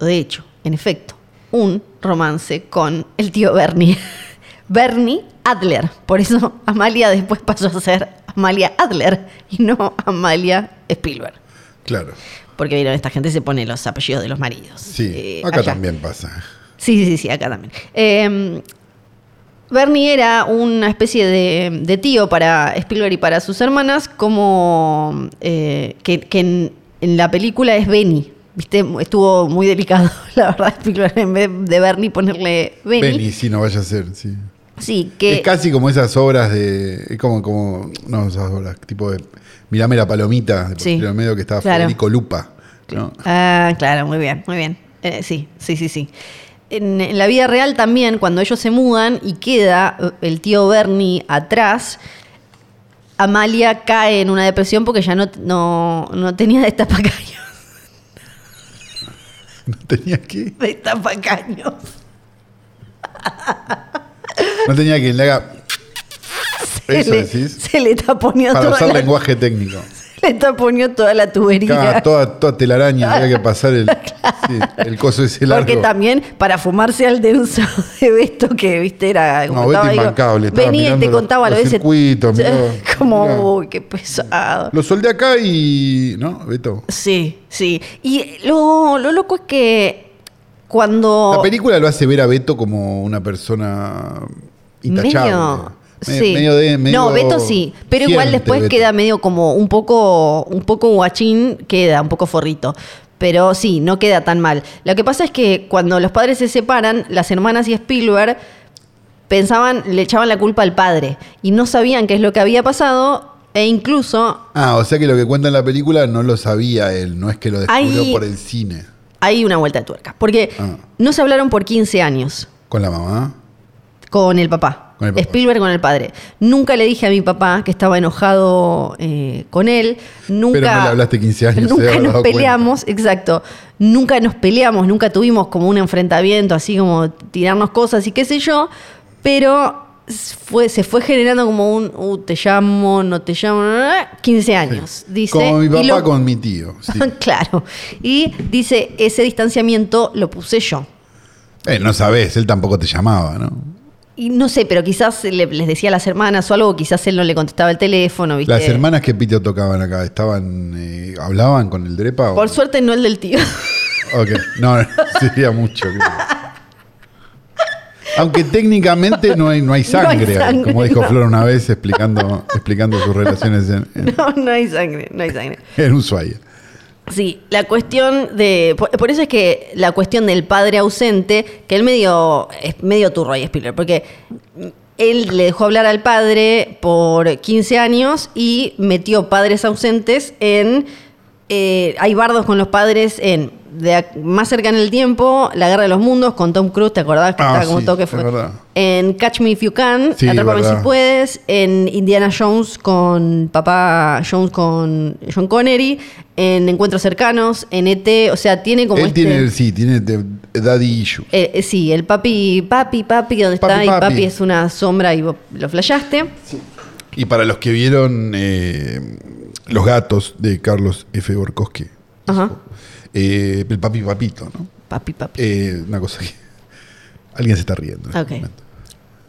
Speaker 2: de hecho, en efecto, un romance con el tío Bernie. [LAUGHS] Bernie Adler. Por eso Amalia después pasó a ser Amalia Adler y no Amalia Spielberg.
Speaker 3: Claro.
Speaker 2: Porque vieron, esta gente se pone los apellidos de los maridos.
Speaker 3: Sí.
Speaker 2: Eh,
Speaker 3: Acá
Speaker 2: allá.
Speaker 3: también pasa.
Speaker 2: Sí, sí, sí, acá también. Eh, Bernie era una especie de, de tío para Spielberg y para sus hermanas, como eh, que, que en, en la película es Benny. ¿Viste? Estuvo muy delicado, [LAUGHS] la verdad, Spielberg, en vez de Bernie ponerle Benny.
Speaker 3: Benny, sí, no vaya a ser, sí.
Speaker 2: Sí, que...
Speaker 3: Es casi como esas obras de. Es como, como. No, esas obras, tipo de. Mirame la palomita,
Speaker 2: Sí.
Speaker 3: de Porfirio del medio que estaba
Speaker 2: Claro.
Speaker 3: Federico Lupa. ¿no? [LAUGHS]
Speaker 2: Ah, claro, muy bien, muy bien. Eh, sí, sí, sí, sí. En, en la vida real también, cuando ellos se mudan y queda eh, el tío Bernie atrás, Amalia cae en una depresión porque ya no, no, no tenía destapacaños. [LAUGHS]
Speaker 3: No tenía que.
Speaker 2: Destapacaños.
Speaker 3: No tenía que le haga. Eso
Speaker 2: le,
Speaker 3: decís.
Speaker 2: se le taponeó
Speaker 3: Para
Speaker 2: toda
Speaker 3: usar
Speaker 2: la,
Speaker 3: lenguaje técnico.
Speaker 2: se [LAUGHS] le taponeó toda la tubería.
Speaker 3: Cada- toda, toda telaraña, había que pasar
Speaker 2: [LAUGHS]
Speaker 3: el, sí, el coso ese largo.
Speaker 2: Porque también para fumarse al denso [LAUGHS] de Beto, que viste, era
Speaker 3: No, Beto
Speaker 2: estaba ahí,
Speaker 3: imbancable, estaba
Speaker 2: Venía y te
Speaker 3: mirando los-
Speaker 2: contaba lo
Speaker 3: los
Speaker 2: de ese- [LAUGHS]
Speaker 3: circuitos, mirá,
Speaker 2: Como,
Speaker 3: mirá.
Speaker 2: uy, qué pesado.
Speaker 3: Lo soldé acá y. ¿No, Beto?
Speaker 2: Sí, sí. Y lo, lo loco es que cuando.
Speaker 3: La película lo hace ver a Beto como una persona intachable.
Speaker 2: Medio,
Speaker 3: Me-
Speaker 2: sí.
Speaker 3: medio de- medio
Speaker 2: no, Beto sí, pero igual
Speaker 3: gente,
Speaker 2: después
Speaker 3: Beto.
Speaker 2: queda medio como un poco un poco guachín, queda un poco forrito. Pero sí, no queda tan mal. Lo que pasa es que cuando los padres se separan, las hermanas y Spielberg pensaban, le echaban la culpa al padre y no sabían qué es lo que había pasado e incluso
Speaker 3: Ah, o sea que lo que cuenta en la película no lo sabía él, no es que lo descubrió
Speaker 2: Ahí-
Speaker 3: por el cine.
Speaker 2: hay una vuelta de tuerca, porque
Speaker 3: Ah.
Speaker 2: no se hablaron por 15 años.
Speaker 3: Con la mamá.
Speaker 2: Con el papá.
Speaker 3: Con el papá.
Speaker 2: Spielberg con el padre. Nunca le dije a mi papá que estaba enojado eh, con él. Nunca,
Speaker 3: Pero no le hablaste
Speaker 2: [LAUGHS]
Speaker 3: 15 años, se
Speaker 2: Nunca
Speaker 3: habrá
Speaker 2: nos
Speaker 3: dado cuenta.
Speaker 2: peleamos, exacto. Nunca nos peleamos, nunca tuvimos como un enfrentamiento, así como tirarnos cosas y qué sé yo. Pero fue, se fue generando como un, "Uh, te llamo, no te llamo, ah, 15 años. Dice,
Speaker 3: Como mi
Speaker 2: y
Speaker 3: papá
Speaker 2: lo- [LAUGHS]
Speaker 3: con mi tío. sí.
Speaker 2: claro. Y dice, ese distanciamiento lo puse yo.
Speaker 3: Eh, no sabés, él tampoco te llamaba, ¿no?
Speaker 2: Y no sé, pero quizás le- les decía a las hermanas o algo, quizás él no le contestaba el teléfono, ¿viste?
Speaker 3: Las hermanas que Pito tocaban acá, ¿estaban, eh, hablaban con el Drepa? o-
Speaker 2: Por suerte no el del tío. [LAUGHS]
Speaker 3: Ok, no, [LAUGHS] no, sería mucho. claro. Aunque técnicamente no hay, no
Speaker 2: [LAUGHS]
Speaker 3: hay
Speaker 2: No hay
Speaker 3: sangre,
Speaker 2: sangre,
Speaker 3: como dijo
Speaker 2: no.
Speaker 3: Flor una vez explicando, explicando sus relaciones en, en,
Speaker 2: No, no hay sangre, no hay sangre.
Speaker 3: en Ushuaia.
Speaker 2: Sí, la cuestión de. Por, por eso es que la cuestión del padre ausente, que él medio. es medio turro ahí, Spiller, porque él le dejó hablar al padre por 15 años y metió padres ausentes en. eh, hay bardos con los padres en. de ac- más cerca en el tiempo, La Guerra de los Mundos con Tom Cruise, ¿te acordás? Que
Speaker 3: Ah,
Speaker 2: estaba como
Speaker 3: sí,
Speaker 2: toque
Speaker 3: es verdad.
Speaker 2: En Catch Me If You Can,
Speaker 3: Sí,
Speaker 2: Atrápame si
Speaker 3: verdad.
Speaker 2: puedes, en Indiana Jones con papá Jones con John Connery, en Encuentros Cercanos, en ET, o sea, tiene como
Speaker 3: Él
Speaker 2: este-
Speaker 3: tiene, el- sí, tiene de- daddy issue.
Speaker 2: Eh, eh, sí, el papi, papi, papi, donde
Speaker 3: Papi,
Speaker 2: está, y
Speaker 3: papi.
Speaker 2: papi es una sombra y vos lo flashaste.
Speaker 3: Y para los que vieron eh, Los gatos de Carlos F. Borkowski,
Speaker 2: Ajá.
Speaker 3: eh, el papi papito, ¿no?
Speaker 2: Papi, papi.
Speaker 3: Eh, una cosa que... [LAUGHS] Alguien se está riendo. en este
Speaker 2: Ok.
Speaker 3: momento.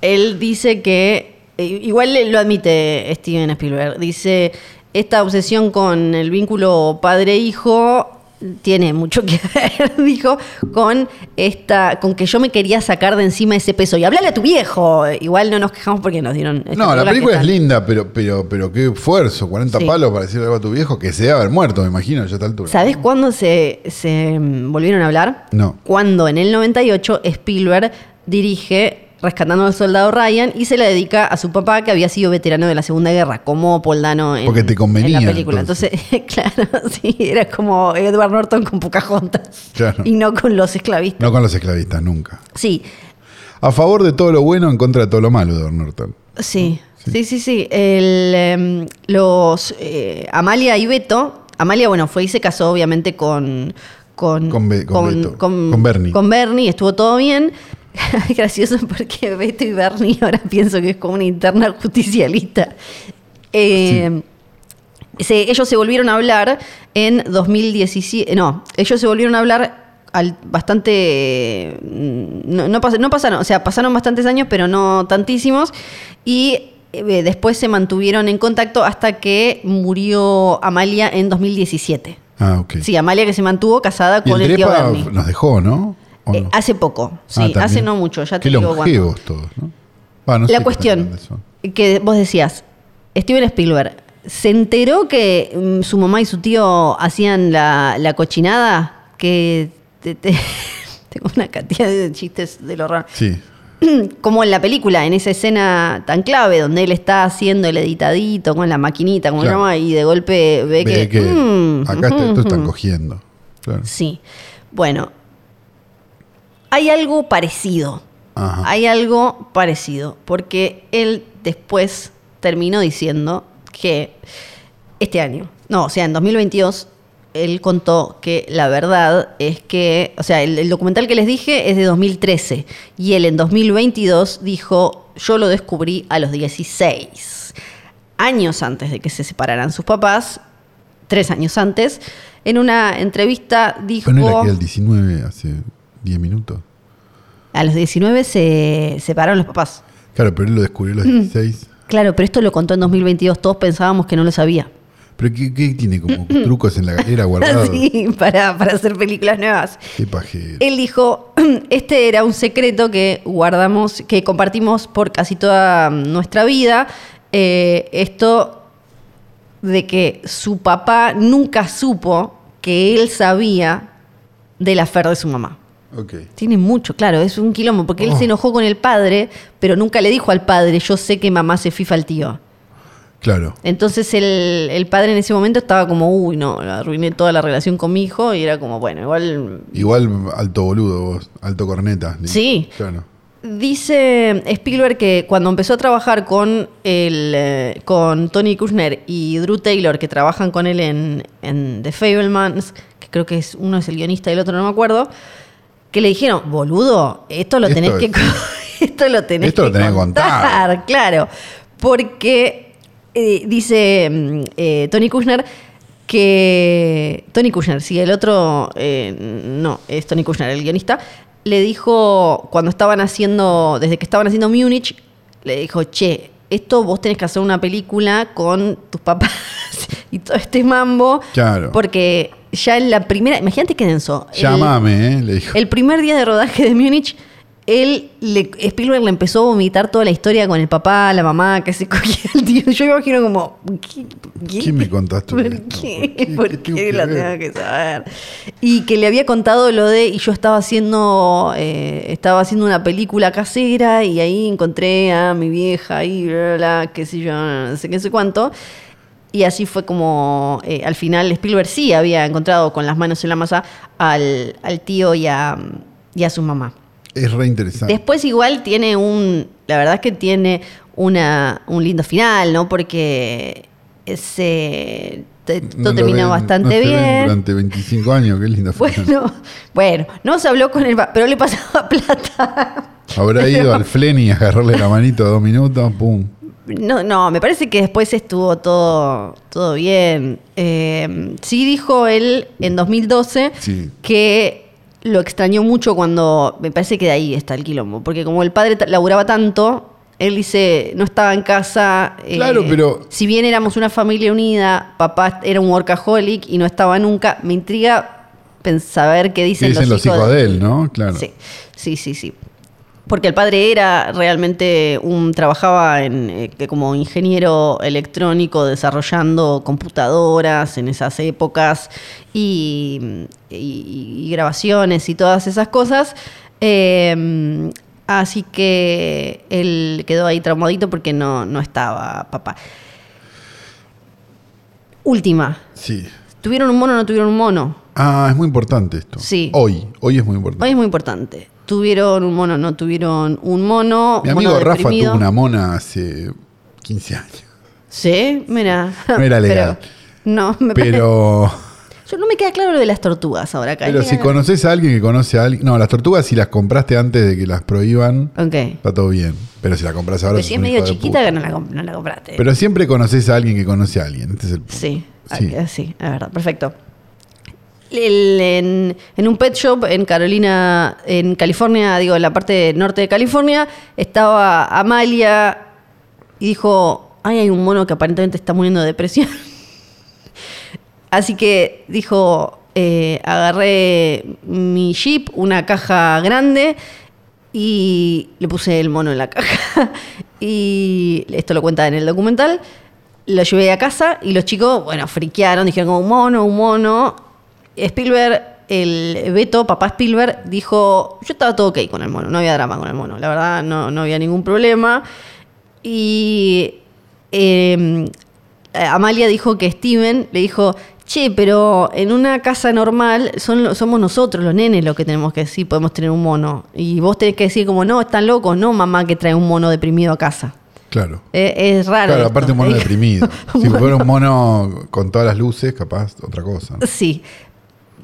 Speaker 2: Él dice que, eh, igual lo admite Steven Spielberg, dice, esta obsesión con el vínculo padre-hijo tiene mucho que ver, [LAUGHS] dijo, con esta, con que yo me quería sacar de encima ese peso. Y hablale a tu viejo. Igual no nos quejamos porque nos dieron. [LAUGHS] estas
Speaker 3: No,
Speaker 2: películas
Speaker 3: la
Speaker 2: que
Speaker 3: película es
Speaker 2: están-
Speaker 3: linda, pero, pero, pero qué esfuerzo, 40
Speaker 2: Sí.
Speaker 3: palos para decirle algo a tu viejo que se debe haber muerto, me imagino, ya a esta altura.
Speaker 2: ¿Sabés cuándo se, se mm, volvieron a hablar?
Speaker 3: No.
Speaker 2: Cuando en el 98 Spielberg dirige rescatando al soldado Ryan y se la dedica a su papá que había sido veterano de la Segunda Guerra, como Poldano en,
Speaker 3: Porque te convenía,
Speaker 2: en la película. Entonces, [LAUGHS] claro, sí, era como Edward Norton con Pocahontas
Speaker 3: Claro.
Speaker 2: y no con los esclavistas.
Speaker 3: No con los esclavistas, nunca.
Speaker 2: Sí,
Speaker 3: A favor de todo lo bueno, en contra de todo lo malo, Edward Norton.
Speaker 2: Sí, sí, sí, sí. El, em, los eh, Amalia y Beto. Amalia, bueno, fue y se casó obviamente con. Con,
Speaker 3: Con Be- con Beto. Con Bernie.
Speaker 2: Con Bernie, estuvo todo bien. [LAUGHS] Gracioso porque Beto y Bernie [LAUGHS] ahora pienso que es como una interna [LAUGHS] justicialista. Eh, se- ellos se volvieron a hablar en 2017. No, ellos se volvieron a hablar al bastante. mm, No, no pas- no pasaron, o sea, pasaron bastantes años, pero no tantísimos. Y eh, después se mantuvieron en contacto hasta que murió Amalia en 2017.
Speaker 3: Ah, ok.
Speaker 2: Sí, Amalia que se mantuvo casada
Speaker 3: y
Speaker 2: con
Speaker 3: el
Speaker 2: el tío
Speaker 3: Drepa
Speaker 2: Bernie.
Speaker 3: nos dejó, ¿no? ¿O
Speaker 2: Eh,
Speaker 3: no?
Speaker 2: hace poco,
Speaker 3: Ah,
Speaker 2: sí,
Speaker 3: también.
Speaker 2: hace no mucho, ya te
Speaker 3: Qué
Speaker 2: digo cuándo.
Speaker 3: longevos todos, ¿no? Ah, no sé
Speaker 2: La
Speaker 3: qué
Speaker 2: cuestión
Speaker 3: opinan de eso.
Speaker 2: que vos decías, Steven Spielberg, ¿se enteró que mm, su mamá y su tío hacían la, la cochinada? Que te- te- [LAUGHS] tengo una cantidad de chistes de lo raro.
Speaker 3: Sí.
Speaker 2: [CLEARS THROAT] Como en la película, en esa escena tan clave donde él está haciendo el editadito con la maquinita, como se
Speaker 3: Claro.
Speaker 2: llama, y de golpe ve,
Speaker 3: Ve
Speaker 2: que...
Speaker 3: que
Speaker 2: mm,
Speaker 3: acá está-
Speaker 2: ujú,
Speaker 3: esto están
Speaker 2: ujú.
Speaker 3: cogiendo. Claro.
Speaker 2: Sí. Bueno, hay algo parecido.
Speaker 3: Ajá.
Speaker 2: Hay algo parecido. Porque él después terminó diciendo que este año, no, o sea, en 2022, él contó que la verdad es que, o sea, el, el documental que les dije es de 2013. Y él en 2022 dijo, yo lo descubrí a los 16. Años antes de que se separaran sus papás, tres años antes, en una entrevista dijo...
Speaker 3: Pero no era que era el 19 hace 10 minutos.
Speaker 2: A los 19 se separaron los papás.
Speaker 3: Claro, pero él lo descubrió a
Speaker 2: Mm.
Speaker 3: los 16.
Speaker 2: Claro, pero esto lo contó en 2022. Todos pensábamos que no lo sabía.
Speaker 3: ¿Pero qué, qué
Speaker 2: [CLEARS THROAT]
Speaker 3: tiene como trucos en la
Speaker 2: [LAUGHS]
Speaker 3: galera guardados?
Speaker 2: Sí, Eh. para, para hacer películas nuevas.
Speaker 3: Qué pajero.
Speaker 2: Él dijo, [CLEARS THROAT] este era un secreto que guardamos, que compartimos por casi toda nuestra vida. Eh, esto de que su papá nunca supo que él sabía del afer de su mamá.
Speaker 3: Ok.
Speaker 2: Tiene mucho, claro, es un quilombo, porque él
Speaker 3: Oh.
Speaker 2: se enojó con el padre, pero nunca le dijo al padre, yo sé que mamá se fifa al tío.
Speaker 3: Claro.
Speaker 2: Entonces el, el padre en ese momento estaba como, uy, no, arruiné toda la relación con mi hijo y era como, bueno, igual...
Speaker 3: Igual alto boludo vos, alto corneta.
Speaker 2: Sí.
Speaker 3: Claro.
Speaker 2: Dice Spielberg que cuando empezó a trabajar con, el, eh, con Tony Kushner y Drew Taylor, que trabajan con él en, en The Fablemans, que creo que es, uno es el guionista y el otro no me acuerdo, que le dijeron, boludo, esto lo
Speaker 3: Esto
Speaker 2: tenés que
Speaker 3: es-
Speaker 2: co- [LAUGHS] esto lo tenés
Speaker 3: Esto lo
Speaker 2: que
Speaker 3: tenés que contar".
Speaker 2: claro. Porque eh, dice mm, eh, Tony Kushner que. Tony Kushner, sí, el otro. eh, no, es Tony Kushner, el guionista. Le dijo cuando estaban haciendo. Desde que estaban haciendo Múnich, le dijo, che. Esto vos tenés que hacer una película con tus papás [LAUGHS] y todo este mambo.
Speaker 3: Claro.
Speaker 2: Porque ya en la primera. Imagínate qué denso. El-
Speaker 3: Llámame, ¿eh? Le dijo.
Speaker 2: el primer día de rodaje de Múnich, él le, Spielberg le empezó a vomitar toda la historia con el papá, la mamá, que se cogía el tío. Yo [LAUGHS] me imagino como. ¿Qué,
Speaker 3: ¿Qué me contaste
Speaker 2: ¿Por
Speaker 3: esto?
Speaker 2: qué?
Speaker 3: ¿Por qué?
Speaker 2: ¿Por
Speaker 3: ¿Qué
Speaker 2: qué
Speaker 3: tengo que
Speaker 2: la
Speaker 3: ver?
Speaker 2: tengo que saber? Y que le había contado lo de. Y yo estaba haciendo. eh, estaba haciendo una película casera y ahí encontré a mi vieja y bla, bla, bla, qué sé yo, no sé qué, no sé cuánto. Y así fue como eh, al final Spielberg sí había encontrado con las manos en la masa al, al tío y a, y a su mamá.
Speaker 3: Es re interesante.
Speaker 2: Después igual tiene un, la verdad es que tiene una, un lindo final, ¿no? Porque se, te- todo
Speaker 3: lo
Speaker 2: termina
Speaker 3: ven-
Speaker 2: bastante
Speaker 3: no se ven
Speaker 2: bien. [LAUGHS]
Speaker 3: Durante 25 años, qué linda fue.
Speaker 2: Bueno, bueno, no se habló con él, pero le pasaba [LAUGHS] plata. [LAUGHS]
Speaker 3: Habrá ido al Fleni a agarrarle la manito dos minutos, pum.
Speaker 2: No, no, me parece que después estuvo todo, todo bien. Eh, sí dijo él en 2012
Speaker 3: Sí.
Speaker 2: que lo extrañó mucho cuando, me parece que de ahí está el quilombo, porque como el padre ta- laburaba tanto, él dice, no estaba en casa. eh,
Speaker 3: Claro, pero-
Speaker 2: Si bien éramos una familia unida, papá era un workaholic y no estaba nunca, me intriga pens- saber qué
Speaker 3: Que
Speaker 2: dicen,
Speaker 3: dicen los hijos de él, ¿no? Claro.
Speaker 2: Sí, sí, sí, sí. Porque el padre era realmente un, trabajaba en, eh, que como ingeniero electrónico desarrollando computadoras en esas épocas y, y- y grabaciones y todas esas cosas. Eh, Así que él quedó ahí traumadito porque no, no estaba papá. Última.
Speaker 3: Sí.
Speaker 2: ¿Tuvieron un mono o no tuvieron un mono?
Speaker 3: Ah, es muy importante esto.
Speaker 2: Sí.
Speaker 3: Hoy, hoy es muy importante.
Speaker 2: Hoy es muy importante. ¿Tuvieron un mono no tuvieron un mono?
Speaker 3: Mi
Speaker 2: mono
Speaker 3: amigo Rafa
Speaker 2: deprimido.
Speaker 3: tuvo una mona hace 15 años.
Speaker 2: Sí, mira.
Speaker 3: No era legal.
Speaker 2: [LAUGHS] Pero- no, me parece-
Speaker 3: [LAUGHS] Pero,
Speaker 2: Yo no me queda claro lo de las tortugas ahora acá.
Speaker 3: pero si conoces a alguien que conoce a alguien. No, las tortugas, si las compraste antes de que las prohíban,
Speaker 2: Ok.
Speaker 3: está todo bien. Pero si las compras ahora.
Speaker 2: Pero
Speaker 3: sos
Speaker 2: si es
Speaker 3: un
Speaker 2: medio
Speaker 3: hijo de
Speaker 2: chiquita eh. que
Speaker 3: puta.
Speaker 2: no la, comp- no la compraste.
Speaker 3: Pero siempre conoces a alguien que conoce a alguien. Este es el punto.
Speaker 2: Sí, ah,
Speaker 3: Sí.
Speaker 2: que- sí, es verdad, perfecto. El- en, en un pet shop en Carolina, en California, digo, en la parte norte de California, estaba Amalia y dijo, ay, hay un mono que aparentemente está muriendo de depresión. Así que dijo, eh, agarré mi jeep, una caja grande, y le puse el mono en la caja. [LAUGHS] y esto lo cuenta en el documental. Lo llevé a casa y los chicos, bueno, friquearon, dijeron como un mono, un mono. Spielberg, el Beto, papá Spielberg, dijo, yo estaba todo ok con el mono, no había drama con el mono, la verdad no, no había ningún problema. Y eh, Amalia dijo que Steven le dijo, che, pero en una casa normal son, lo- somos nosotros los nenes los que tenemos que decir, podemos tener un mono. Y vos tenés que decir como, no, están locos, no mamá que trae un mono deprimido a casa.
Speaker 3: Claro.
Speaker 2: Eh, es raro.
Speaker 3: Claro,
Speaker 2: esto.
Speaker 3: aparte un
Speaker 2: [LAUGHS]
Speaker 3: mono
Speaker 2: Le dijo-
Speaker 3: deprimido. Si
Speaker 2: Mono-
Speaker 3: fuera un mono con todas las luces, capaz, otra cosa. ¿no?
Speaker 2: Sí.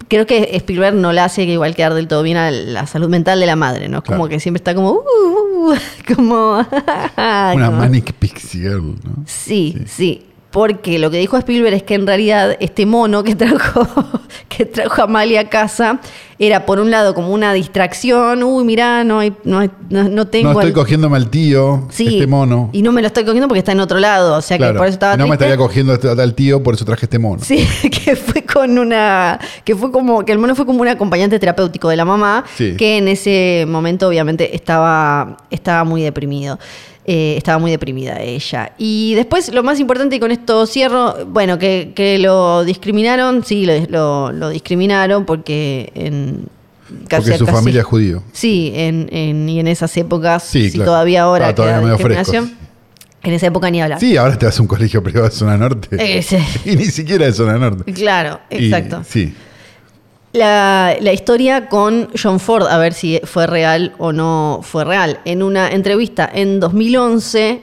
Speaker 2: Creo que Spielberg no le hace que igual quedar del todo bien a la salud mental de la madre, ¿no? Es Como
Speaker 3: Claro.
Speaker 2: que siempre está como, "Uh, uh, [LAUGHS] uh", como...
Speaker 3: Una
Speaker 2: como-
Speaker 3: Manic Pixie Girl, ¿no?
Speaker 2: Sí, sí, Porque lo que dijo Spielberg es que en realidad este mono que [LAUGHS] trajo, que trajo Amalia a casa era por un lado como una distracción, uy, mirá, no, hay, no, hay- no, no tengo...
Speaker 3: No estoy
Speaker 2: al-
Speaker 3: cogiéndome al tío,
Speaker 2: Sí,
Speaker 3: este mono.
Speaker 2: Y no me lo estoy cogiendo porque está en otro lado, o sea que
Speaker 3: Claro.
Speaker 2: por eso estaba...
Speaker 3: no me
Speaker 2: triste.
Speaker 3: estaría cogiendo a tal tío, por eso traje este mono.
Speaker 2: Sí, [LAUGHS] que fue con una. que fue como. que el mono fue como un acompañante terapéutico de la mamá,
Speaker 3: Sí.
Speaker 2: que en ese momento obviamente estaba, estaba muy deprimido. eh, estaba muy deprimida ella. Y después, lo más importante, y con esto cierro, bueno, que, que lo discriminaron, sí, lo, lo- lo discriminaron porque en.
Speaker 3: Porque su familia es judío.
Speaker 2: Sí, en, en- y en esas épocas,
Speaker 3: Sí,
Speaker 2: si
Speaker 3: claro.
Speaker 2: todavía ahora
Speaker 3: Ah, todavía
Speaker 2: queda
Speaker 3: medio
Speaker 2: discriminación,
Speaker 3: fresco,
Speaker 2: en esa época ni hablar.
Speaker 3: Sí, ahora te vas a un colegio privado de zona norte.
Speaker 2: [LAUGHS] Eh, sí.
Speaker 3: [LAUGHS] Y ni siquiera de zona norte.
Speaker 2: Claro,
Speaker 3: Y-
Speaker 2: exacto.
Speaker 3: sí.
Speaker 2: La, la historia con John Ford, a ver si fue real o no fue real. En una entrevista en 2011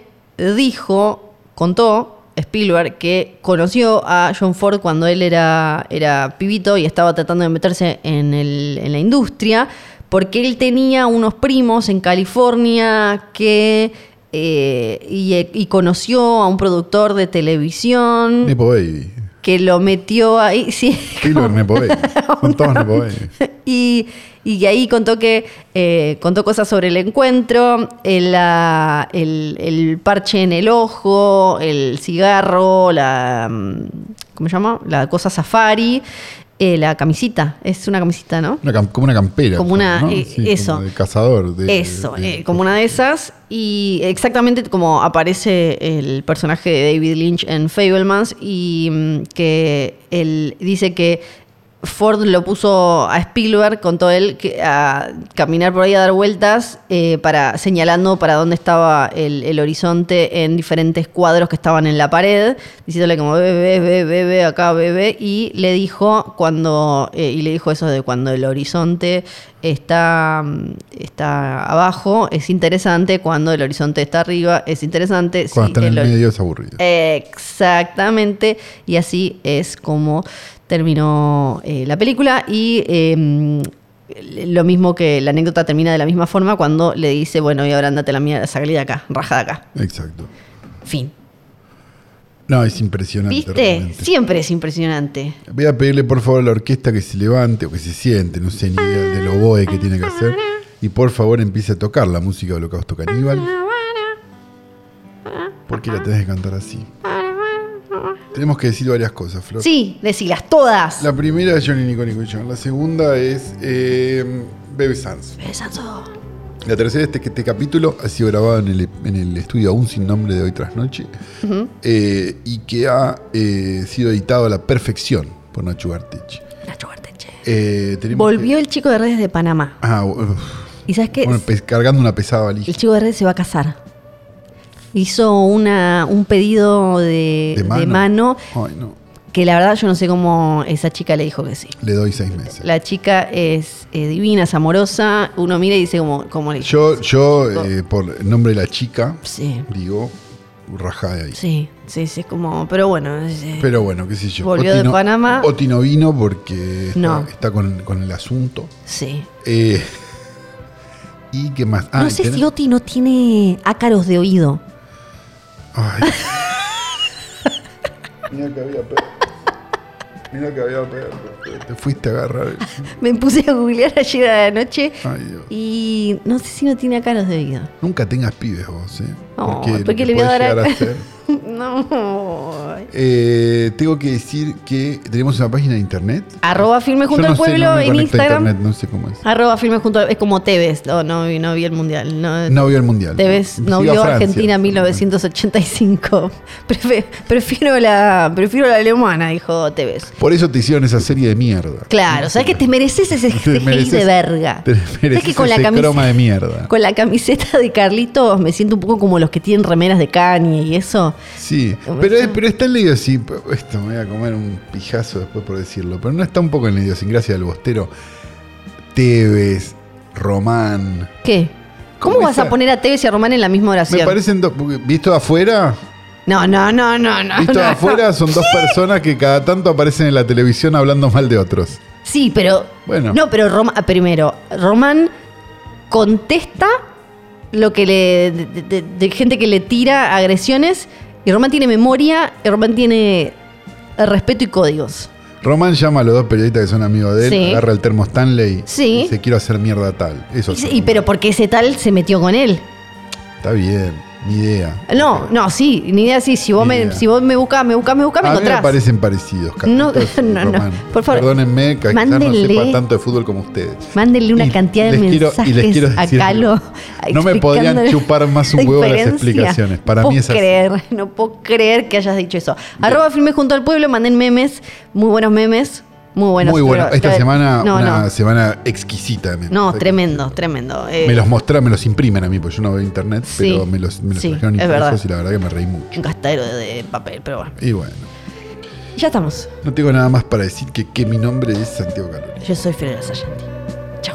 Speaker 2: dijo, contó Spielberg que conoció a John Ford cuando él era, era pibito y estaba tratando de meterse en, el- en la industria, porque él tenía unos primos en California que... eh, y, y conoció a un productor de televisión
Speaker 3: Nepo Baby.
Speaker 2: que lo metió ahí. [LAUGHS] Sí,
Speaker 3: Taylor
Speaker 2: [LAUGHS]
Speaker 3: Nepo Baby. Son todos Nepo Baby.
Speaker 2: y, y ahí contó que eh, contó cosas sobre el encuentro, el, la- el- el parche en el ojo, el cigarro, la mm, ¿cómo se llama? La cosa safari, eh, la camisita, es una camisita, ¿no?
Speaker 3: Una cam- como una campera.
Speaker 2: Como una-
Speaker 3: ¿no?
Speaker 2: eh,
Speaker 3: Sí,
Speaker 2: eso.
Speaker 3: como de cazador. de-
Speaker 2: Eso,
Speaker 3: de-
Speaker 2: eh, como una de esas. Y exactamente como aparece el personaje de David Lynch en Fablemans y mm, que él dice que Ford lo puso a Spielberg, contó él, que- a caminar por ahí a dar vueltas eh, para señalando para dónde estaba el, el horizonte en diferentes cuadros que estaban en la pared, diciéndole como ve, ve, ve, ve, ve, acá, ve, ve, y le dijo cuando, eh, y le dijo eso de cuando el horizonte está, mm, está abajo, es interesante, cuando el horizonte está arriba, es interesante.
Speaker 3: Cuando
Speaker 2: sí,
Speaker 3: está en
Speaker 2: el Eh.
Speaker 3: el
Speaker 2: hori-
Speaker 3: medio es aburrido.
Speaker 2: Exactamente, y así es como terminó eh, la película y eh, lo mismo que la anécdota termina de la misma forma cuando le dice, bueno, y ahora andate a la mierda, salí de acá, rajada acá.
Speaker 3: Exacto.
Speaker 2: Fin.
Speaker 3: No, es impresionante.
Speaker 2: ¿Viste?
Speaker 3: realmente.
Speaker 2: Siempre es impresionante.
Speaker 3: Voy a pedirle por favor a la orquesta que se levante o que se siente, no sé ni idea del oboe que tiene que hacer. Y por favor empiece a tocar la música de Holocausto Caníbal. Porque la tenés que cantar así. Tenemos que decir varias cosas, Flor.
Speaker 2: Sí, decilas todas.
Speaker 3: La primera es Johnny Nico Nico y John. La segunda es eh, Bebe Sanz.
Speaker 2: Besazo.
Speaker 3: La tercera, este, este capítulo ha sido grabado en el, en el estudio aún sin nombre de hoy tras noche eh, y que ha eh, sido editado a la perfección por Nacho Gartich.
Speaker 2: Nacho Garteche.
Speaker 3: Eh, tenemos que-
Speaker 2: Volvió el chico de redes de Panamá.
Speaker 3: Ah, uf,
Speaker 2: ¿Y sabes qué?
Speaker 3: Bueno, pes- cargando una pesada
Speaker 2: El
Speaker 3: valija.
Speaker 2: chico de red se va a casar. Hizo una, un pedido de, de mano.
Speaker 3: Ay, no.
Speaker 2: que la verdad yo no sé cómo esa chica le dijo que sí.
Speaker 3: Le doy seis meses.
Speaker 2: La chica es eh, divina, es amorosa. Uno mira y dice como, como le
Speaker 3: Yo, yo
Speaker 2: Chico.
Speaker 3: eh, por el nombre de la chica,
Speaker 2: Sí,
Speaker 3: digo, rajá de ahí.
Speaker 2: sí, sí, sí, es como... Pero bueno, es, eh,
Speaker 3: Pero bueno, qué sé yo.
Speaker 2: Volvió de Panamá.
Speaker 3: Oti no vino porque está,
Speaker 2: No.
Speaker 3: está con, con el asunto.
Speaker 2: sí.
Speaker 3: Eh, ¿Y qué más? Ah,
Speaker 2: no sé
Speaker 3: tenés-
Speaker 2: si Oti no tiene ácaros de oído.
Speaker 3: Ay. [LAUGHS] Mirá que había perro. Mirá que había perro. Te fuiste a agarrar.
Speaker 2: Me puse a googlear ayer a la noche
Speaker 3: Ay, Dios.
Speaker 2: y no sé si no tiene ácaros de oído. [LAUGHS]
Speaker 3: Nunca tengas pibes vos, ¿eh?
Speaker 2: No,
Speaker 3: lo
Speaker 2: porque
Speaker 3: que
Speaker 2: le voy a
Speaker 3: podés
Speaker 2: dar a-
Speaker 3: llegar hacer-
Speaker 2: no.
Speaker 3: Eh, tengo que decir que tenemos una página de internet.
Speaker 2: Arroba firme junto
Speaker 3: Yo
Speaker 2: al
Speaker 3: no sé,
Speaker 2: pueblo
Speaker 3: no me
Speaker 2: en
Speaker 3: conecto a
Speaker 2: Instagram.
Speaker 3: internet, no sé cómo es.
Speaker 2: Arroba firme junto al- Es como Tevez. No, no, vi- no vi el mundial. No,
Speaker 3: No vio el mundial.
Speaker 2: Tevez no
Speaker 3: Sigo a
Speaker 2: vio
Speaker 3: Francia.
Speaker 2: Argentina 1985. [LAUGHS] Prefe- Prefiero la, prefiero la alemana, dijo Tevez.
Speaker 3: Por eso te hicieron esa serie de mierda.
Speaker 2: Claro, sabes
Speaker 3: [LAUGHS]
Speaker 2: que te mereces [LAUGHS] ese
Speaker 3: Te
Speaker 2: CGI de
Speaker 3: mereces-
Speaker 2: verga.
Speaker 3: Te
Speaker 2: Sabés
Speaker 3: mereces
Speaker 2: que con la
Speaker 3: ese croma
Speaker 2: camiseta,
Speaker 3: de mierda.
Speaker 2: con la camiseta de Carlitos me siento un poco como los que tienen remeras de Kanye y eso.
Speaker 3: Sí,
Speaker 2: Como
Speaker 3: pero,
Speaker 2: eso.
Speaker 3: es- pero está en la idiosincrasia. Esto me voy a comer un pijazo después por decirlo. Pero no está un poco en la idiosincrasia del bostero. Tevez, Román.
Speaker 2: ¿Qué? ¿Cómo
Speaker 3: Como
Speaker 2: vas a
Speaker 3: esa-
Speaker 2: poner a Tevez y a Román en la misma oración?
Speaker 3: Me parecen dos. porque Visto de afuera,
Speaker 2: No, no, no, no, no.
Speaker 3: visto
Speaker 2: Ah, no,
Speaker 3: de
Speaker 2: no.
Speaker 3: afuera son
Speaker 2: [LAUGHS]
Speaker 3: dos personas que cada tanto aparecen en la televisión hablando mal de otros.
Speaker 2: Sí, pero.
Speaker 3: Bueno.
Speaker 2: No, pero Roma, primero, Román contesta lo que le. de, de- de gente que le tira agresiones. Y Román tiene memoria, y Román tiene respeto y códigos.
Speaker 3: Román llama a los dos periodistas que son amigos de él,
Speaker 2: Sí.
Speaker 3: agarra el termo Stanley
Speaker 2: Sí.
Speaker 3: y dice: Quiero hacer mierda tal. Eso
Speaker 2: Y,
Speaker 3: es
Speaker 2: y- pero porque ese tal se metió con él.
Speaker 3: Está bien, ni idea.
Speaker 2: No, no, sí, ni idea sí. Si vos
Speaker 3: Ni
Speaker 2: me,
Speaker 3: idea.
Speaker 2: si vos me buscas, me buscas, me buscas, me
Speaker 3: A mí me
Speaker 2: encontrás.
Speaker 3: parecen parecidos,
Speaker 2: No,
Speaker 3: Carlitos
Speaker 2: [LAUGHS]
Speaker 3: y
Speaker 2: no, no.
Speaker 3: Román.
Speaker 2: Por favor,
Speaker 3: Perdónenme que quizás no
Speaker 2: mándenle-
Speaker 3: sepa tanto de fútbol como ustedes.
Speaker 2: Mándenle una
Speaker 3: Y
Speaker 2: cantidad de
Speaker 3: les quiero-
Speaker 2: mensajes
Speaker 3: y les quiero
Speaker 2: a
Speaker 3: decir
Speaker 2: Calo.
Speaker 3: no me podrían
Speaker 2: explicándole
Speaker 3: chupar más un
Speaker 2: la
Speaker 3: huevo las
Speaker 2: diferencia.
Speaker 3: explicaciones. Para
Speaker 2: no
Speaker 3: mí
Speaker 2: puedo
Speaker 3: es así.
Speaker 2: creer, No puedo creer que hayas dicho eso. Arroba firme junto al pueblo, manden memes, muy buenos memes, muy buenos.
Speaker 3: Muy bueno.
Speaker 2: pero-
Speaker 3: Esta
Speaker 2: pero-
Speaker 3: semana,
Speaker 2: No,
Speaker 3: una
Speaker 2: no,
Speaker 3: semana exquisita. de memes.
Speaker 2: no,
Speaker 3: O sea que
Speaker 2: tremendo, tremendo. Eh,
Speaker 3: Me los mostraron, me los imprimen a mí, porque yo no veo internet,
Speaker 2: Sí,
Speaker 3: pero me los, me los
Speaker 2: sí,
Speaker 3: trajeron
Speaker 2: es verdad.
Speaker 3: impresos y la verdad que me reí mucho.
Speaker 2: Eh, Un gastadero de, de papel, pero bueno.
Speaker 3: Y bueno,
Speaker 2: Ya estamos.
Speaker 3: no tengo nada más para decir que, que mi nombre es Santiago Calori.
Speaker 2: Yo soy Fidel Sargenti. Chao.